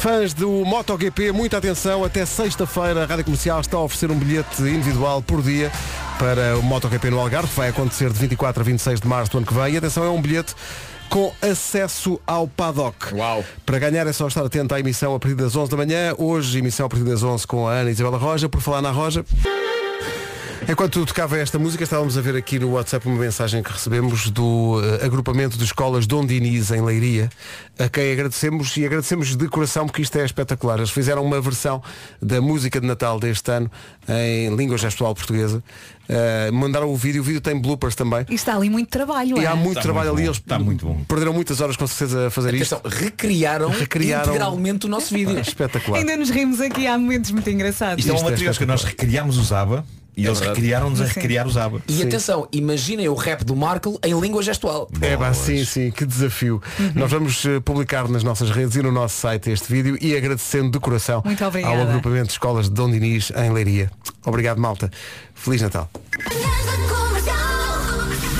Speaker 2: Fãs do MotoGP, muita atenção. Até sexta-feira, a Rádio Comercial está a oferecer um bilhete individual por dia para o MotoGP no Algarve, que vai acontecer de 24 a 26 de março do ano que vem. E atenção, é um bilhete com acesso ao paddock. Uau. Para ganhar é só estar atento à emissão a partir das 11 da manhã. Hoje, emissão a partir das 11 com a Ana Isabela Roja, por falar na Roja. Enquanto tocava esta música, estávamos a ver aqui no WhatsApp uma mensagem que recebemos do eh, agrupamento de escolas Dom Diniz, em Leiria, a quem agradecemos e agradecemos de coração porque isto é espetacular. Eles fizeram uma versão da música de Natal deste ano em língua gestual portuguesa. Eh, mandaram o vídeo, o vídeo tem bloopers também.
Speaker 4: E está ali muito trabalho,
Speaker 2: E
Speaker 4: é?
Speaker 2: há Tá muito tá- trabalho ali, eles perderam muitas horas com certeza a fazer
Speaker 8: Atenção,
Speaker 2: isto.
Speaker 8: recriaram, integralmente o nosso vídeo.
Speaker 2: Pá, Espetacular.
Speaker 4: Ainda nos rimos aqui, há momentos muito engraçados.
Speaker 3: Isto é um material que nós recriámos usava e eles recriaram-nos a
Speaker 4: Sim.
Speaker 3: recriar usava.
Speaker 8: E atenção, imaginem o rap do Markle em língua gestual.
Speaker 2: É pá, sim, sim, que desafio.
Speaker 4: Uhum.
Speaker 2: Nós vamos eh, publicar nas nossas redes e no nosso site este vídeo e agradecendo de coração
Speaker 4: Muito obrigada.
Speaker 2: ao agrupamento de escolas de Dom Dinis em Leiria. Obrigado, malta. Feliz Natal.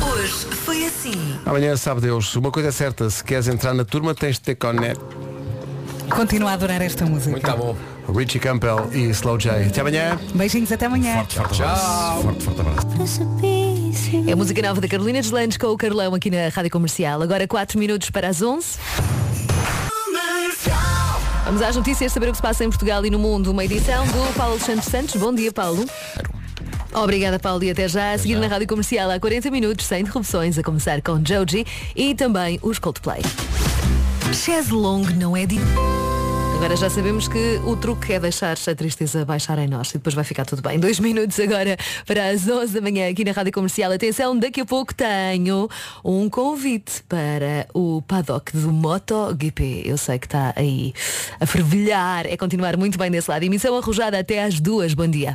Speaker 10: Hoje foi assim.
Speaker 2: Amanhã sabe Deus. Uma coisa é certa, se queres entrar na turma tens de ter conecto.
Speaker 4: Continua a adorar esta música.
Speaker 2: é- Muito Tá bom. Richie Campbell e Slow J. Até amanhã.
Speaker 4: Beijinhos, até amanhã.
Speaker 2: Tchau. Forte, forte abraço.
Speaker 10: É a música nova da Carolina Deslandes com o Carlão aqui na Rádio Comercial. Agora 4 minutos para as 11. Vamos às notícias, saber o que se passa em Portugal e no mundo. Uma edição do Paulo Alexandre Santos. Bom dia, Paulo. Obrigada, Paulo, e até já. A seguir na Rádio Comercial há 40 minutos, sem interrupções, a começar com Joji e também os Coldplay. Chaise longue não é de... Agora já sabemos que o truque é deixar a tristeza baixar em nós e depois vai ficar tudo bem. Dois minutos agora para as 11 da manhã aqui na Rádio Comercial. Atenção, daqui a pouco tenho um convite para o paddock do MotoGP. Eu sei que está aí a fervilhar, é continuar muito bem desse lado. Emissão arrojada até às duas. Bom dia.